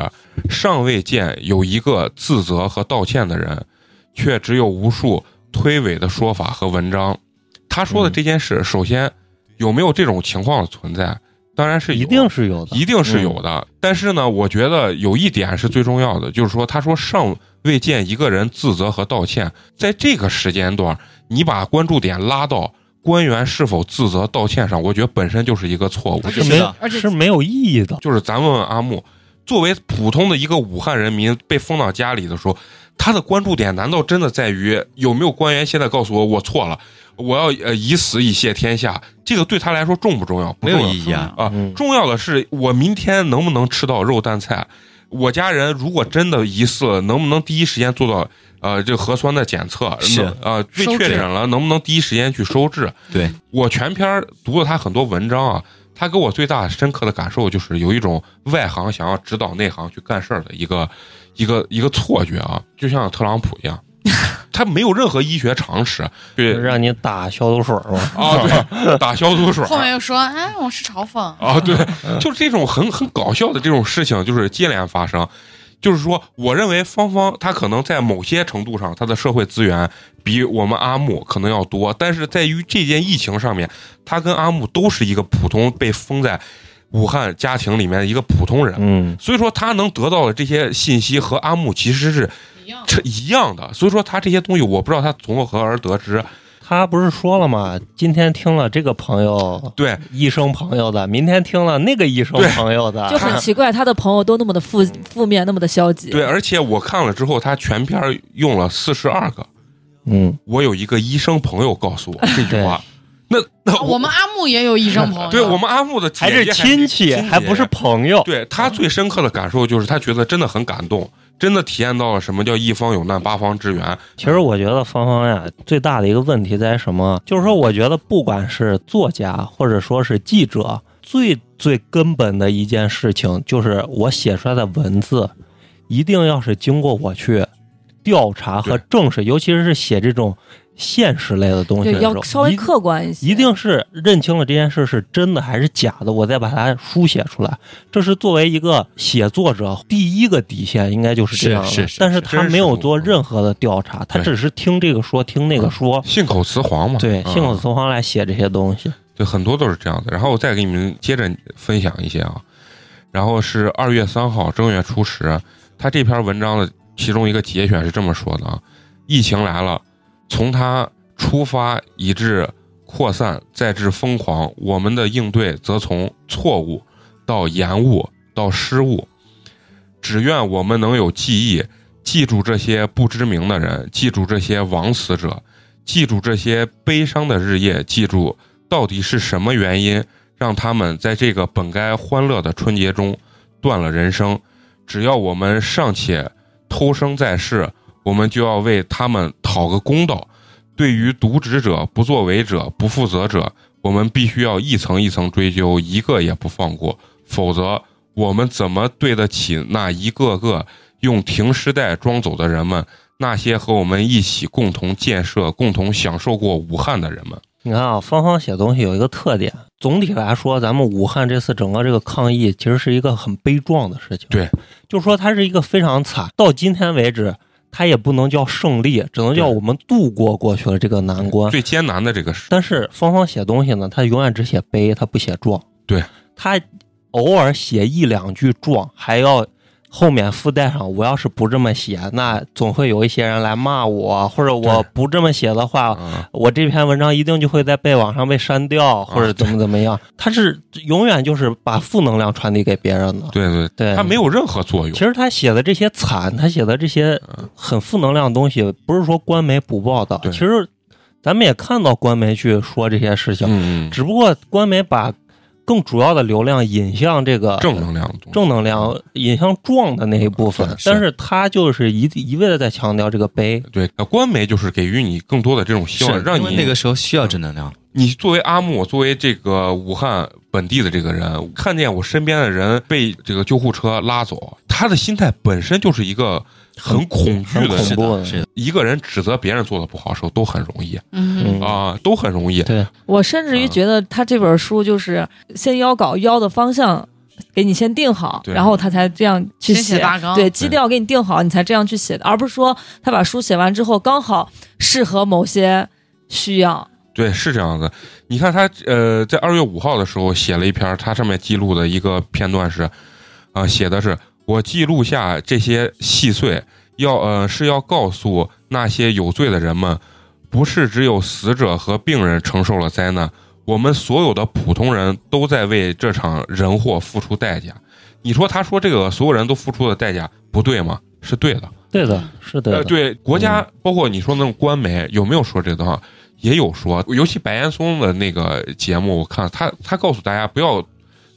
S1: 尚未见有一个自责和道歉的人，却只有无数推诿的说法和文章。”他说的这件事，首先有没有这种情况的存在？当然是有啊
S4: 一定是有的，嗯
S1: 一定是有的。但是呢，我觉得有一点是最重要的，就是说，他说尚未见一个人自责和道歉，在这个时间段，你把关注点拉到官员是否自责道歉上，我觉得本身就是一个错误。
S6: 是
S4: 是嗯
S6: 的
S4: 没有
S2: 而且
S4: 是没有意义的。
S1: 就是咱问问阿木，作为普通的一个武汉人民被封到家里的时候，他的关注点难道真的在于有没有官员现在告诉我我错了，我要呃以死以谢天下？这个对他来说重不重要？不
S6: 没
S1: 重
S6: 有
S1: 要。
S6: 意义啊。
S1: 啊
S4: 嗯，
S1: 重要的是我明天能不能吃到肉蛋菜？我家人如果真的疑似了，能不能第一时间做到呃这个核酸的检测？
S6: 是
S1: 能呃被
S2: 收治
S1: 确诊了，能不能第一时间去收治？
S6: 对，
S1: 我全篇儿读了他很多文章啊，他给我最大深刻的感受就是有一种外行想要指导内行去干事儿的一个一个一个错觉啊，就像特朗普一样，他没有任何医学常识，对
S4: 让你打消毒水嘛，
S1: 啊，对，打消毒水儿，
S2: 后面又说，哎，我是嘲讽，
S1: 啊，对，就是这种很很搞笑的这种事情，就是接连发生。就是说，我认为芳芳她可能在某些程度上，她的社会资源比我们阿木可能要多，但是在于这件疫情上面，她跟阿木都是一个普通被封在武汉家庭里面的一个普通人，
S4: 嗯，
S1: 所以说她能得到的这些信息和阿木其实是
S2: 一样。
S1: 这一样的，所以说她这些东西我不知道她从何而得知。
S4: 他不是说了吗？今天听了这个朋友
S1: 对，
S4: 医生朋友的，明天听了那个医生
S1: 对
S4: 朋友的，啊
S5: 就很奇怪，他的朋友都那么的负负面，那么的消极。
S1: 嗯对，而且我看了之后，她全篇儿用了四十二个。
S4: 嗯，
S1: 我有一个医生朋友告 诉我这句话。那那
S2: 哦啊我们阿木也有医生朋友，
S1: 对我们阿木的姐
S4: 还是
S1: 姐
S4: 亲戚，还不是朋友。
S1: 对他最深刻的感受就是他觉得真的很感动，真的体验到了什么叫一方有难八方支援。
S4: 其实我觉得芳芳呀，最大的一个问题在于什么？就是说，我觉得不管是作家或者说是记者，最最根本的一件事情就是我写出来的文字，一定要是经过我去调查和
S1: 对
S4: 证实，尤其是写这种现实类的东西
S5: 对，
S4: 的时候
S5: 要，稍微
S4: 一
S5: 客观一些。
S4: 一定是认清了这件事是真的还是假的，我再把它书写出来。这是作为一个写作者第一个底线，应该就是这样的。
S6: 是是是
S4: 但是
S1: 真
S4: 他
S1: 实
S4: 没有
S1: 度
S4: 做任何的调查，他
S1: 对
S4: 只是听这个说，听那个说。
S1: 信口雌黄嘛，
S4: 对，
S1: 嗯
S4: 信口雌黄来写这些东西。
S1: 对，很多都是这样的。然后我再给你们接着分享一些啊，然后是二月三号正月初十，他这篇文章的其中一个节选是这么说的啊：疫情来了，从它出发以至扩散，再至疯狂，我们的应对则从错误到延误到失误。只愿我们能有记忆，记住这些不知名的人，记住这些枉死者，记住这些悲伤的日夜，记住到底是什么原因让他们在这个本该欢乐的春节中断了人生？只要我们尚且偷生在世，我们就要为他们讨个公道。对于渎职者、不作为者、不负责者，我们必须要一层一层追究，一个也不放过，否则我们怎么对得起那一个个用停尸带装走的人们？那些和我们一起共同建设、共同享受过武汉的人们？
S4: 你看啊，芳芳写东西有一个特点，总体来说，咱们武汉这次整个这个抗疫其实是一个很悲壮的事情。
S1: 对，
S4: 就说它是一个非常惨，到今天为止，它也不能叫胜利，只能叫
S1: 对
S4: 我们度过过去了这个难关。
S1: 最艰难的这个事，
S4: 但是芳芳写东西呢，她永远只写悲，她不写壮。
S1: 对，
S4: 她偶尔写一两句壮，还要后面附带上，我要是不这么写，那总会有一些人来骂我，或者我
S1: 对
S4: 不这么写的话，
S1: 嗯
S4: 我这篇文章一定就会在被网上被删掉，或者
S1: 啊
S4: 怎么怎么样。 她是永远就是把负能量传递给别人的。
S1: 对对，
S4: 对，
S1: 它没有任何作用
S4: 其。实他写的这些惨，他写的这些很负能量的东西，不是说官媒不报道。
S1: 对
S4: 其实咱们也看到官媒去说这些事情，
S1: 嗯，嗯
S4: 只不过官媒把更主要的流量引向这个
S1: 正能量的东西，
S4: 正能量，引向壮的那一部分
S1: 对。是
S4: 但是他就是一一味的在强调这个悲。
S1: 对，呃官媒就是给予你更多的这种希望，
S6: 是
S1: 让
S6: 因为
S1: 你
S6: 那个时候需要正能量，
S1: 你作为阿木，作为这个武汉本地的这个人，看见我身边的人被这个救护车拉走，他的心态本身就是一个很嗯恐惧
S4: 很
S1: 的
S4: 恐
S1: 事。
S6: 是
S4: 怖
S6: 的，
S4: 的
S6: 是的，
S1: 一个人指责别人做的不好的时候都很容易
S2: 嗯
S4: 嗯
S1: 啊，都很容易。
S4: 对，
S5: 我甚至于
S1: 嗯
S5: 觉得他这本书就是先邀稿邀的方向给你先定好，
S1: 对嗯
S5: 然后他才这样去
S2: 先写大纲
S5: 对基调给你定好，你才这样去写的，而不是说他把书写完之后刚好适合某些需要。
S1: 对，是这样子。你看他呃，在二月五号的时候写了一篇，他上面记录的一个片段是，啊、写的是我记录下这些细碎，要呃是要告诉那些有罪的人们，不是只有死者和病人承受了灾难，我们所有的普通人都在为这场人祸付出代价。你说他说这个所有人都付出的代价不对吗？是对的。
S4: 对的，是对嗯
S1: 呃，
S4: 的，
S1: 对国家，包括你说那种官媒，有没有说这个话？也有说，尤其白岩松的那个节目，我看他他告诉大家不要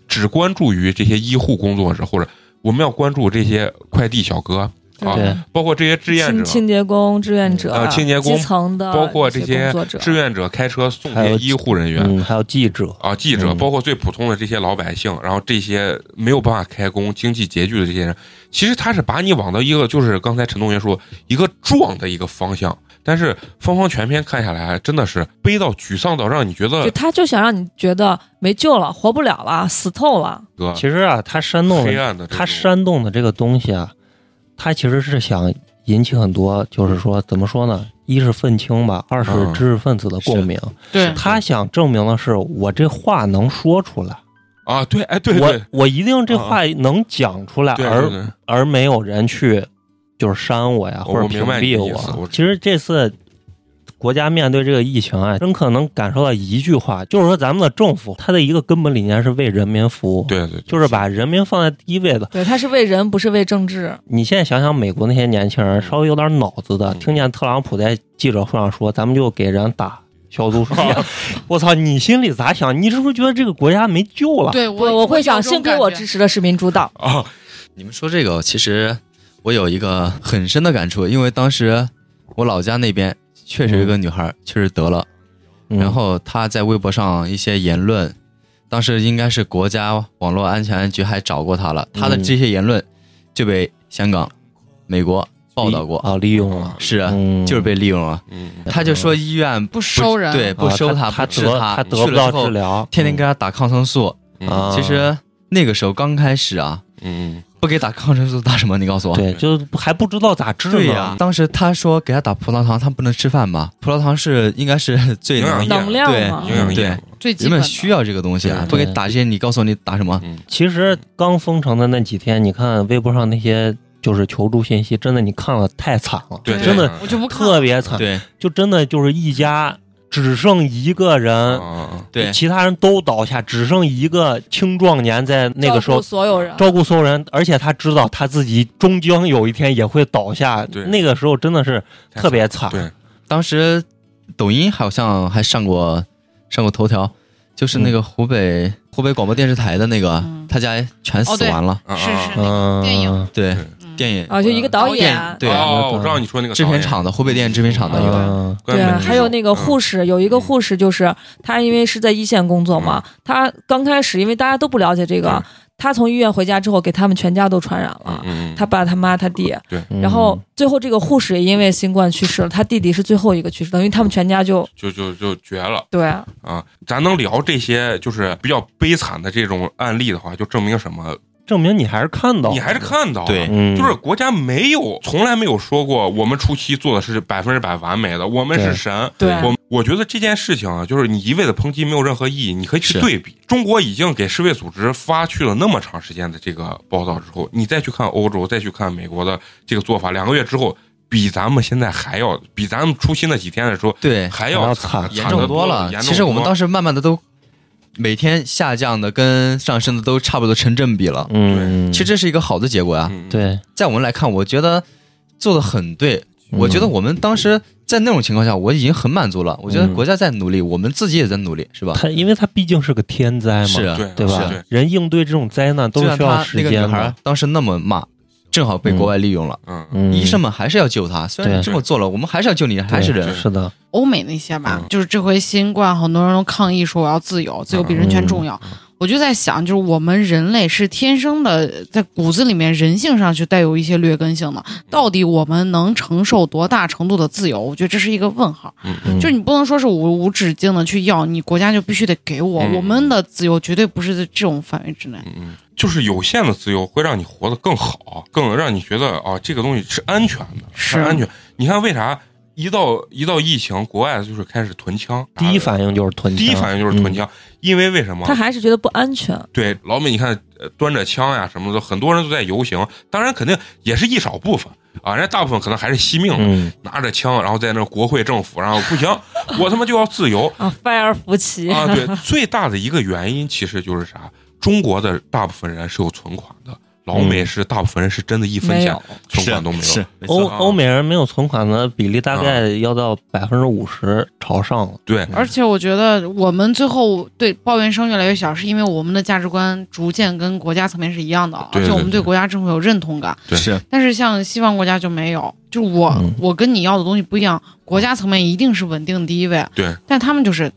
S1: 只关注于这些医护工作者，或者我们要关注这些快递小哥啊
S4: 对，
S1: 包括这些志愿
S5: 清
S1: 者、
S5: 清洁工、志愿者、
S1: 呃清洁工
S5: 基层的，
S1: 包括
S5: 这
S1: 这些
S5: 工作者，
S1: 志愿者开车送
S4: 还有
S1: 这些医护人员。
S4: 嗯，还有记者，
S1: 啊，记者，
S4: 嗯
S1: 包括最普通的这些老百姓，然后这些没有办法开工、经济拮据的这些人，其实他是把你往到一个就是刚才陈同学说一个壮的一个方向。但是芳芳全篇看下来，真的是悲到沮丧到让你觉
S5: 就
S1: 得
S5: 他就想让你觉得没救了，活不了了，死透了。
S1: 哥
S4: 其实啊，他煽动的
S1: 黑暗的这种，
S4: 他煽动的这个东西啊，他其实是想引起很多，就是说怎么说呢？一是愤青吧，二是
S1: 嗯
S4: 知识分子的共鸣。
S2: 对，
S4: 他想证明的是，我这话能说出来，
S1: 啊，对，哎，对对啊
S4: 我我一定这话能讲出来，
S1: 对对
S4: 而
S1: 对，
S4: 而没有人去就是删我呀，
S1: 我
S4: 或者屏
S1: 明白你
S4: 蔽
S1: 的意
S4: 我
S1: 思我
S4: 其实这次国家面对这个疫情啊，真可能感受到一句话，就是说咱们的政府它的一个根本理念是为人民服务，
S1: 对对，对
S4: 就是把人民放在第一位的。
S5: 对，他是为人，不是为政治。
S4: 你现在想想，美国那些年轻人稍微有点脑子的，
S1: 嗯
S4: 听见特朗普在记者会上说“咱们就给人打消毒水”， 我操，你心里咋想？你是不是觉得这个国家没救了？
S2: 对我
S5: 我会想，幸
S2: 先
S5: 亏我支持的是民主党。
S1: 啊，
S6: 你们说这个，其实我有一个很深的感触，因为当时我老家那边确实有一个女孩确实得了，
S4: 嗯
S6: 然后她在微博上一些言论，当时应该是国家网络安全局还找过她了，她的
S4: 嗯
S6: 这些言论就被香港、美国报道过，
S4: 啊，利用了，
S6: 是啊，
S4: 嗯，
S6: 就是被利用了。
S1: 嗯，
S6: 她就说医院
S2: 不收人
S6: 对，
S4: 啊
S6: 不收
S4: 他，
S6: 不治
S4: 得他得
S6: 去
S4: 不
S6: 了
S4: 到
S6: 之后
S4: 治，疗，
S6: 天天给她打抗生素。
S1: 嗯
S4: 啊，
S6: 其实那个时候刚开始啊，
S1: 嗯，
S6: 不给打抗生素打什么？你告诉我。
S4: 对，就还不知道咋治
S6: 对呀、
S4: 呢。
S6: 当时他说给他打葡萄糖，他不能吃饭嘛，葡萄糖是应该是最
S1: 营养液
S6: 能
S5: 能量嘛
S1: 营养液
S6: 对
S2: 最基
S6: 人
S2: 本
S6: 们
S2: 的
S6: 需要这个东西啊，
S1: 对
S6: 不给打这些，你告诉我你打什么？
S1: 嗯
S4: 其实刚封城的那几天，你看微博上那些就是求助信息，真的你看了太惨了，
S1: 对，
S4: 真的
S1: 对
S2: 我就不看
S4: 特别惨，
S6: 对
S4: 就真的就是一家只剩一个人
S1: 啊，
S4: 嗯
S1: 啊
S6: 嗯对，
S4: 其他人都倒下，只剩一个青壮年在那个时
S5: 照
S4: 候
S5: 顾所有人，
S4: 照顾所有人，而且他知道他自己终将有一天也会倒下。
S1: 对
S4: 那个时候真的是
S1: 太
S4: 特别惨。
S1: 对
S6: 当时抖音好像还上过上过头条，就是那个湖北、湖北广播电视台的那个，
S2: 嗯
S6: 他家全死完了，
S1: 啊啊
S2: 是是
S1: 啊
S4: 嗯，
S2: 电影
S6: 对
S1: 对
S2: 嗯
S6: 电影
S5: 啊，就一个导演，
S6: 对
S4: 啊
S1: 哦，我知道你说那个
S6: 制
S1: 导
S6: 片
S1: 演
S6: 厂的湖北电影制片厂的一个，
S4: 嗯
S1: 关
S5: 对啊
S1: 门之手
S5: 还有那个护
S1: 嗯
S5: 士，有一个护士就是她，因为是在一线工作嘛，她刚开始因为大家都不了解这个
S1: 嗯，
S5: 她从医院回家之后，给他们全家都传染
S1: 嗯
S5: 了，
S1: 嗯，嗯
S5: 她爸、她妈、她弟，
S4: 嗯
S5: 然后最后这个护士也因为新冠去世了，她弟弟是最后一个去世，等于他们全家就
S1: 就就就绝了。
S5: 对
S1: 啊，咱能聊这些就是比较悲惨的这种案例的话，就证明什么？
S4: 证明你还是看到，
S1: 你还是，看到了
S6: 对
S4: 嗯，
S1: 就是国家没有，从来没有说过我们初期做的是百分之百完美的，我们是
S4: 对
S1: 神。
S5: 对
S1: 我我觉得这件事情啊，就是你一味的抨击没有任何意义。你可以去
S6: 是
S1: 对比，中国已经给世卫组织发去了那么长时间的这个报道之后，你再去看欧洲，再去看美国的这个做法，两个月之后，比咱们现在还要，比咱们出新的几天的时候
S6: 对，
S1: 还
S4: 还
S1: 要
S4: 要
S1: 惨
S4: 惨
S6: 严重
S1: 多
S6: 多了。
S1: 严重
S6: 其实我们
S1: 多
S6: 当时慢慢的都每天下降的跟上升的都差不多成正比了。
S4: 嗯，
S6: 其实这是一个好的结果啊，
S1: 嗯
S4: 对，
S6: 在我们来看，我觉得做的很对。
S1: 嗯
S6: 我觉得我们当时在那种情况下，我已经很满足了。我觉得
S4: 嗯
S6: 国家在努力，我们自己也在努力，是吧？
S4: 他，因为他毕竟是个天灾嘛，
S6: 是啊，
S1: 对
S4: 对
S1: 是对
S4: 吧？人应对这种灾难都
S6: 就
S4: 是
S6: 像
S4: 需要
S6: 他那
S4: 时
S6: 个女
S4: 间
S6: 孩
S4: 的
S6: 儿。当时那么骂，正好被国外利用了。
S1: 嗯
S4: 嗯，
S6: 医生们还是要救她，虽然
S4: 对
S6: 你这么做了，我们还是要救你，还是
S4: 对
S6: 人。
S4: 是的，
S2: 欧美那些吧，
S1: 嗯
S2: 就是这回新冠，很多人都抗议说我要自由，自由比人权重
S1: 嗯
S2: 要。我就在想，就是我们人类是天生的，在骨子里面人性上就带有一些劣根性的，
S1: 嗯
S2: 到底我们能承受多大程度的自由？我觉得这是一个问号。
S1: 嗯
S4: 嗯
S2: 就是你不能说是无无止境的去要，你国家就必须得给我，
S1: 嗯
S2: 我们的自由绝对不是在这种范围之内。
S1: 嗯嗯，就是有限的自由会让你活得更好，更让你觉得啊，这个东西是安全的，
S2: 是
S1: 安全。你看为啥一到一到疫情，国外就是开始囤枪，
S4: 第一反应就是囤嗯
S1: 第一
S4: 枪
S1: 反应就是囤枪，因为为什么
S5: 他？还是觉得不安全。
S1: 对，老美，你看呃端着枪呀什么的，很多人都在游行，当然肯定也是一少部分啊，人家大部分可能还是惜命的，
S4: 嗯，
S1: 拿着枪，然后在那国会政府，然后不行，我他妈就要自由，
S5: 啊，反而福 奇，
S1: 啊，对，最大的一个原因其实就是啥？中国的大部分人是有存款的，老美是大部分人是真的一分
S5: 没
S1: 钱
S5: 有，
S1: 存款都没有。
S6: 是
S4: 欧
S1: 啊
S4: 欧美人没有存款的比例大概要到百分之五十朝上 了。
S1: 对，
S2: 而且我觉得我们最后对抱怨声越来越小，是因为我们的价值观逐渐跟国家层面是一样的，啊
S1: 对
S2: 而且我们
S1: 对
S2: 对国家政府有认同感。
S1: 对
S6: 是
S2: 但是像西方国家就没有，就我、
S4: 嗯
S2: 我跟你要的东西不一样，国家层面一定是稳定第一位，
S1: 对，
S2: 但他们就是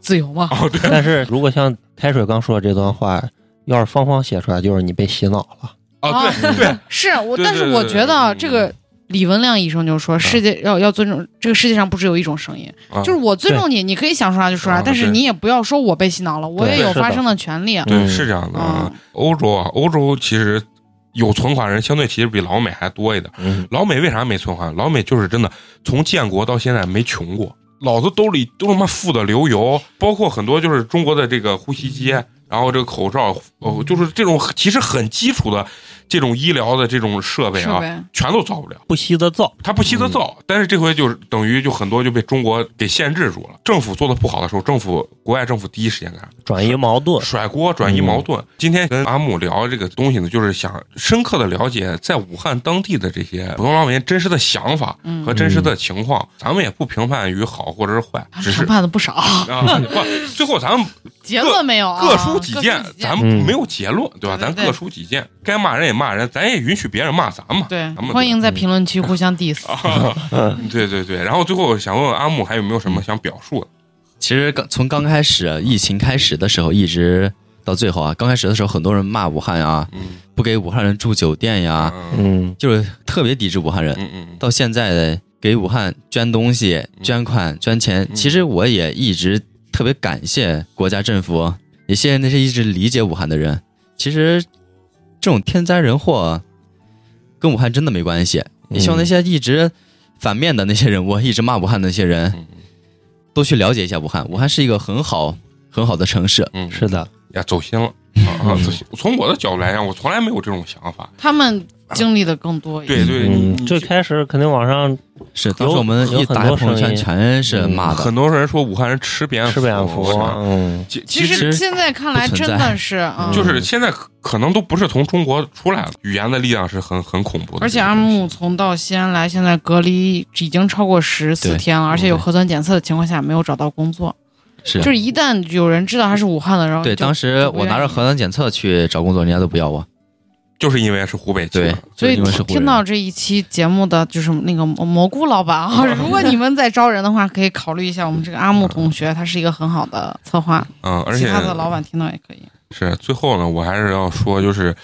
S2: 自由嘛，
S1: 哦，对，
S4: 但是如果像开水刚说的这段话，要是芳芳写出来，就是你被洗脑了。
S1: 啊，对对，
S2: 是我，
S1: 对
S2: 但
S1: 对
S2: 是
S1: 对
S2: 我
S1: 对
S2: 觉
S1: 嗯
S2: 得啊
S1: 嗯
S2: 这个李文亮医生就说，世界要要尊重这个世界上不只有一种声音，
S1: 啊
S2: 就是我尊重你，你可以想出来就说出
S1: 啊
S2: 来，但是
S1: 对
S2: 你也不要说我被洗脑了，我也有
S4: 是的
S2: 发声的权利。
S1: 对
S4: 嗯
S1: 是这样的。啊
S2: 嗯。
S1: 欧洲啊，欧洲其实有存款人相对其实比老美还多一点。
S4: 嗯，
S1: 老美为啥没存款？老美就是真的从建国到现在没穷过，老子兜里都他妈富的流油，包括很多就是中国的这个呼吸机，然后这个口罩，哦，就是这种其实很基础的这种医疗的这种设备
S2: 是
S1: 啊，
S2: 呗？
S1: 全都造不了。
S4: 不惜的造。
S1: 他不惜得造，但是这回就是等于就很多就被中国给限制住了。政府做的不好的时候，政府国外政府第一时间干啥？
S4: 转移矛盾，
S1: 甩锅转移矛盾。今天跟阿木聊这个东西呢，就是想深刻的了解在武汉当地的这些普通老百姓真实的想法
S2: 嗯
S1: 和真实的情况。咱们也不评判于好或者是坏，只是
S2: 评判的不少，
S1: 啊，不，最后咱们
S2: 结论没有啊？
S1: 各抒己见，咱们
S4: 嗯
S1: 没有结论，对吧？
S2: 对
S1: 咱
S2: 对对
S1: 各抒己见，该骂人也骂人，咱也允许别人骂咱嘛。
S2: 对
S1: 咱们，
S2: 欢迎在评论区互相 diss。
S1: 啊，对对对。然后最后想问问阿木，还有没有什么想表述的？
S6: 其实刚从刚开始疫情开始的时候，一直到最后啊，刚开始的时候很多人骂武汉啊，
S1: 嗯
S6: 不给武汉人住酒店呀，
S1: 嗯
S4: 嗯，
S6: 就是特别抵制武汉人。
S1: 嗯嗯
S6: 啊到现在的给武汉捐东西、捐款、捐钱，
S1: 嗯
S6: 其实我也一直特别感谢国家政府，也谢谢那些一直理解武汉的人。其实这种天灾人祸跟武汉真的没关系。也
S1: 嗯
S6: 希望那些一直反面的那些人物，一直骂武汉的那些人，
S1: 嗯
S6: 多去了解一下武汉。武汉是一个很好很好的城市，
S1: 嗯，
S4: 是的，
S1: 呀，走心了。啊啊！走心从我的角度来讲，我从来没有这种想法。
S2: 他们经历的更多一点。
S1: 对对，你
S4: 嗯，
S1: 你
S4: 最开始肯定往上
S6: 是当时我们
S4: 有
S6: 一打开
S4: 有很多
S6: 朋友
S4: 声
S6: 圈
S4: 音
S6: 全是骂
S2: 嗯
S6: 的，
S1: 很多人说武汉人吃蝙蝠，
S4: 吃蝙蝠
S1: 是，吧
S4: 嗯，
S1: 其
S2: 其
S1: 其实
S2: 实现在看来
S6: 不
S2: 真
S6: 存在
S2: 的是，嗯
S1: 就是现在可可能都不是从中国出来的，语言的力量是很很恐怖的。
S2: 而且阿木从到西安来，现在隔离已经超过十四
S6: 对
S2: 天了，而且有
S6: 对
S2: 核酸检测的情况下没有找到工作，
S6: 是
S2: 就是一旦有人知道他是武汉的，然后
S6: 对，
S2: 就
S6: 当时
S2: 就不
S6: 我拿
S2: 愿
S6: 着
S2: 意
S6: 核酸检测去找工作，人家都不要我。
S1: 就是因为是湖北籍
S6: 对
S1: 的，，
S2: 啊所以
S6: 因为是湖
S2: 听
S6: 人
S2: 到这一期节目的就是那个蘑蘑菇老板啊，如果你们在招人的话，可以考虑一下我们这个阿木同学，他是一个很好的策划，
S1: 嗯，而
S2: 其
S1: 且
S2: 他的老板听到也可以。
S1: 是最后呢，我还是要说，就是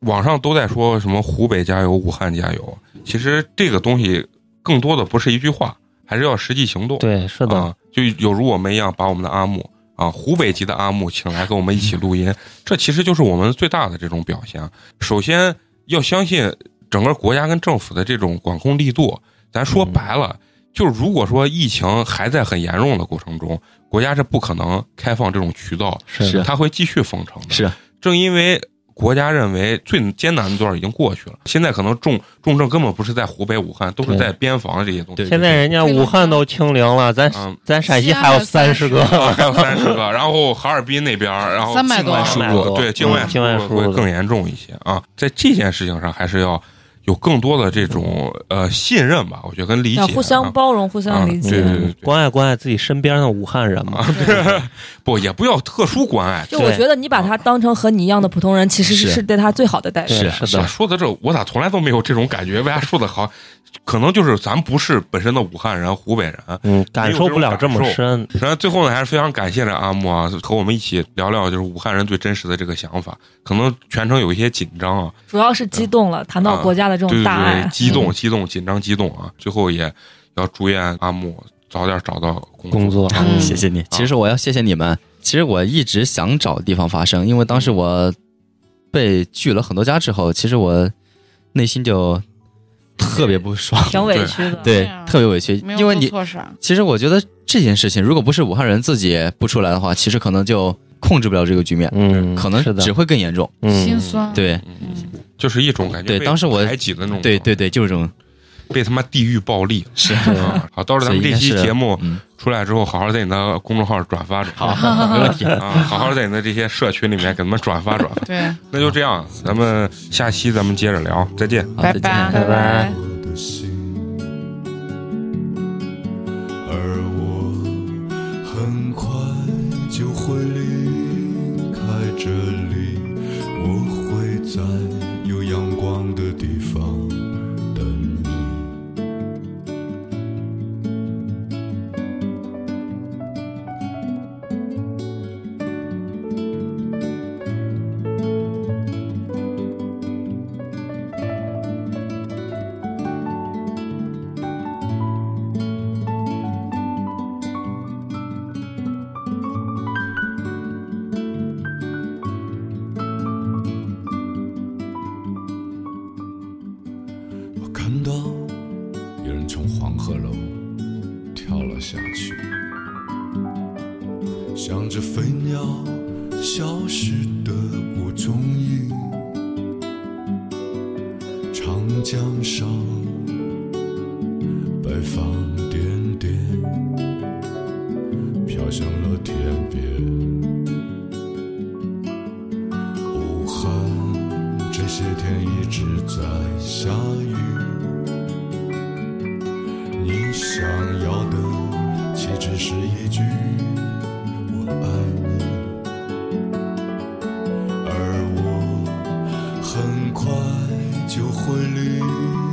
S1: 网上都在说什么湖北加油、武汉加油，其实这个东西更多的不是一句话，还是要实际行动。啊
S4: 对，是的，
S1: 啊，就有如我们一样，把我们的阿木啊，湖北籍的阿木，请来跟我们一起录音，这其实就是我们最大的这种表现。啊首先要相信整个国家跟政府的这种管控力度。咱说
S4: 嗯
S1: 白了，就是如果说疫情还在很严重的过程中，国家是不可能开放这种渠道，
S4: 是
S6: 是
S1: 它会继续封城的。
S6: 是
S1: 正因为国家认为最艰难的段已经过去了，现在可能重重症根本不是在湖北、武汉，都是
S4: 对
S1: 在边防这些东西。
S6: 对
S4: 现在人家武汉都清零了，咱
S1: 嗯，
S4: 咱陕西还有三十个，
S1: 还有 三十个，然后哈尔滨那边儿，然后
S2: 300
S1: 境外输
S4: 多
S1: 入，对境外
S4: 嗯境外输入
S1: 会
S4: 的
S1: 更严重一些啊。在这件事情上，还是要有更多的这种呃信任吧，我觉得跟理解
S5: 要
S1: 啊，
S5: 互相包容，互相理
S1: 嗯对
S5: 解。
S1: 对对对
S4: 关爱关爱自己身边的武汉人嘛。
S1: 不也不要特殊关爱。
S5: 就我
S4: 对
S5: 觉得你
S1: 啊
S5: 把他当成和你一样的普通人，其实是
S6: 是
S5: 是对他最好的待遇。
S4: 对
S6: 是
S4: 是的，
S1: 说的这，我咋从来都没有这种感觉？为啥说的好？可能就是咱不是本身的武汉人、湖北人，
S4: 嗯，感受不了这么深，
S1: 然后最后呢，还是非常感谢这阿木啊，和我们一起聊聊就是武汉人最真实的这个想法。可能全程有一些紧张啊，
S5: 主要是激动了，谈到国家的这
S1: 对
S5: 种
S1: 对
S5: 大爱
S1: 对，，激
S6: 嗯
S1: 动、激动、紧张、激动啊。最后也要祝愿阿木早点找到工
S4: 工作
S2: 嗯
S6: 谢谢你。其实我要谢谢你们。其实我一直想找地方发声，因为当时我被拒了很多家之后，其实我内心就特别不爽，
S5: 嗯挺委屈的。
S2: 对
S6: 对，特别委屈，
S2: 啊没有
S6: 因为
S2: 做
S6: 你
S2: 错啊啥，
S6: 其实我觉得这件事情，如果不是武汉人自己不出来的话，其实可能就控制不了这个局面，
S4: 嗯，
S6: 可能
S4: 是的
S6: 只，会更严重。
S2: 心
S4: 嗯，
S2: 酸。，
S6: 对，
S1: 嗯，就是一种感觉被。
S6: 对当时我
S1: 排挤的那
S2: 嗯
S1: 种，
S6: 对对对，就是这种
S1: 被他妈地狱暴力
S6: 是。
S1: 啊！好，到时候咱们这期
S6: 所以应该是
S1: 节目
S6: 嗯，
S1: 出来之后，好好在你的公众号转发转发，
S6: 好，没问 题。
S1: 啊，好好在你的这些社群里面给他们转发转发。
S2: 对，
S1: 那就这样，咱们下期咱们接着聊，再见。
S6: 好
S2: 拜
S6: 再见
S2: 拜
S4: 拜拜。
S3: 的心，而我很快就会离开这里，我会在有阳光的地方等你。我看到有人从黄鹤楼跳了下去，像只飞鸟消失的无踪影。长江上，白帆点点飘向了天边。武汉这些天一直在下雨，你想要的岂止是一句“我爱你”，而我很快就会离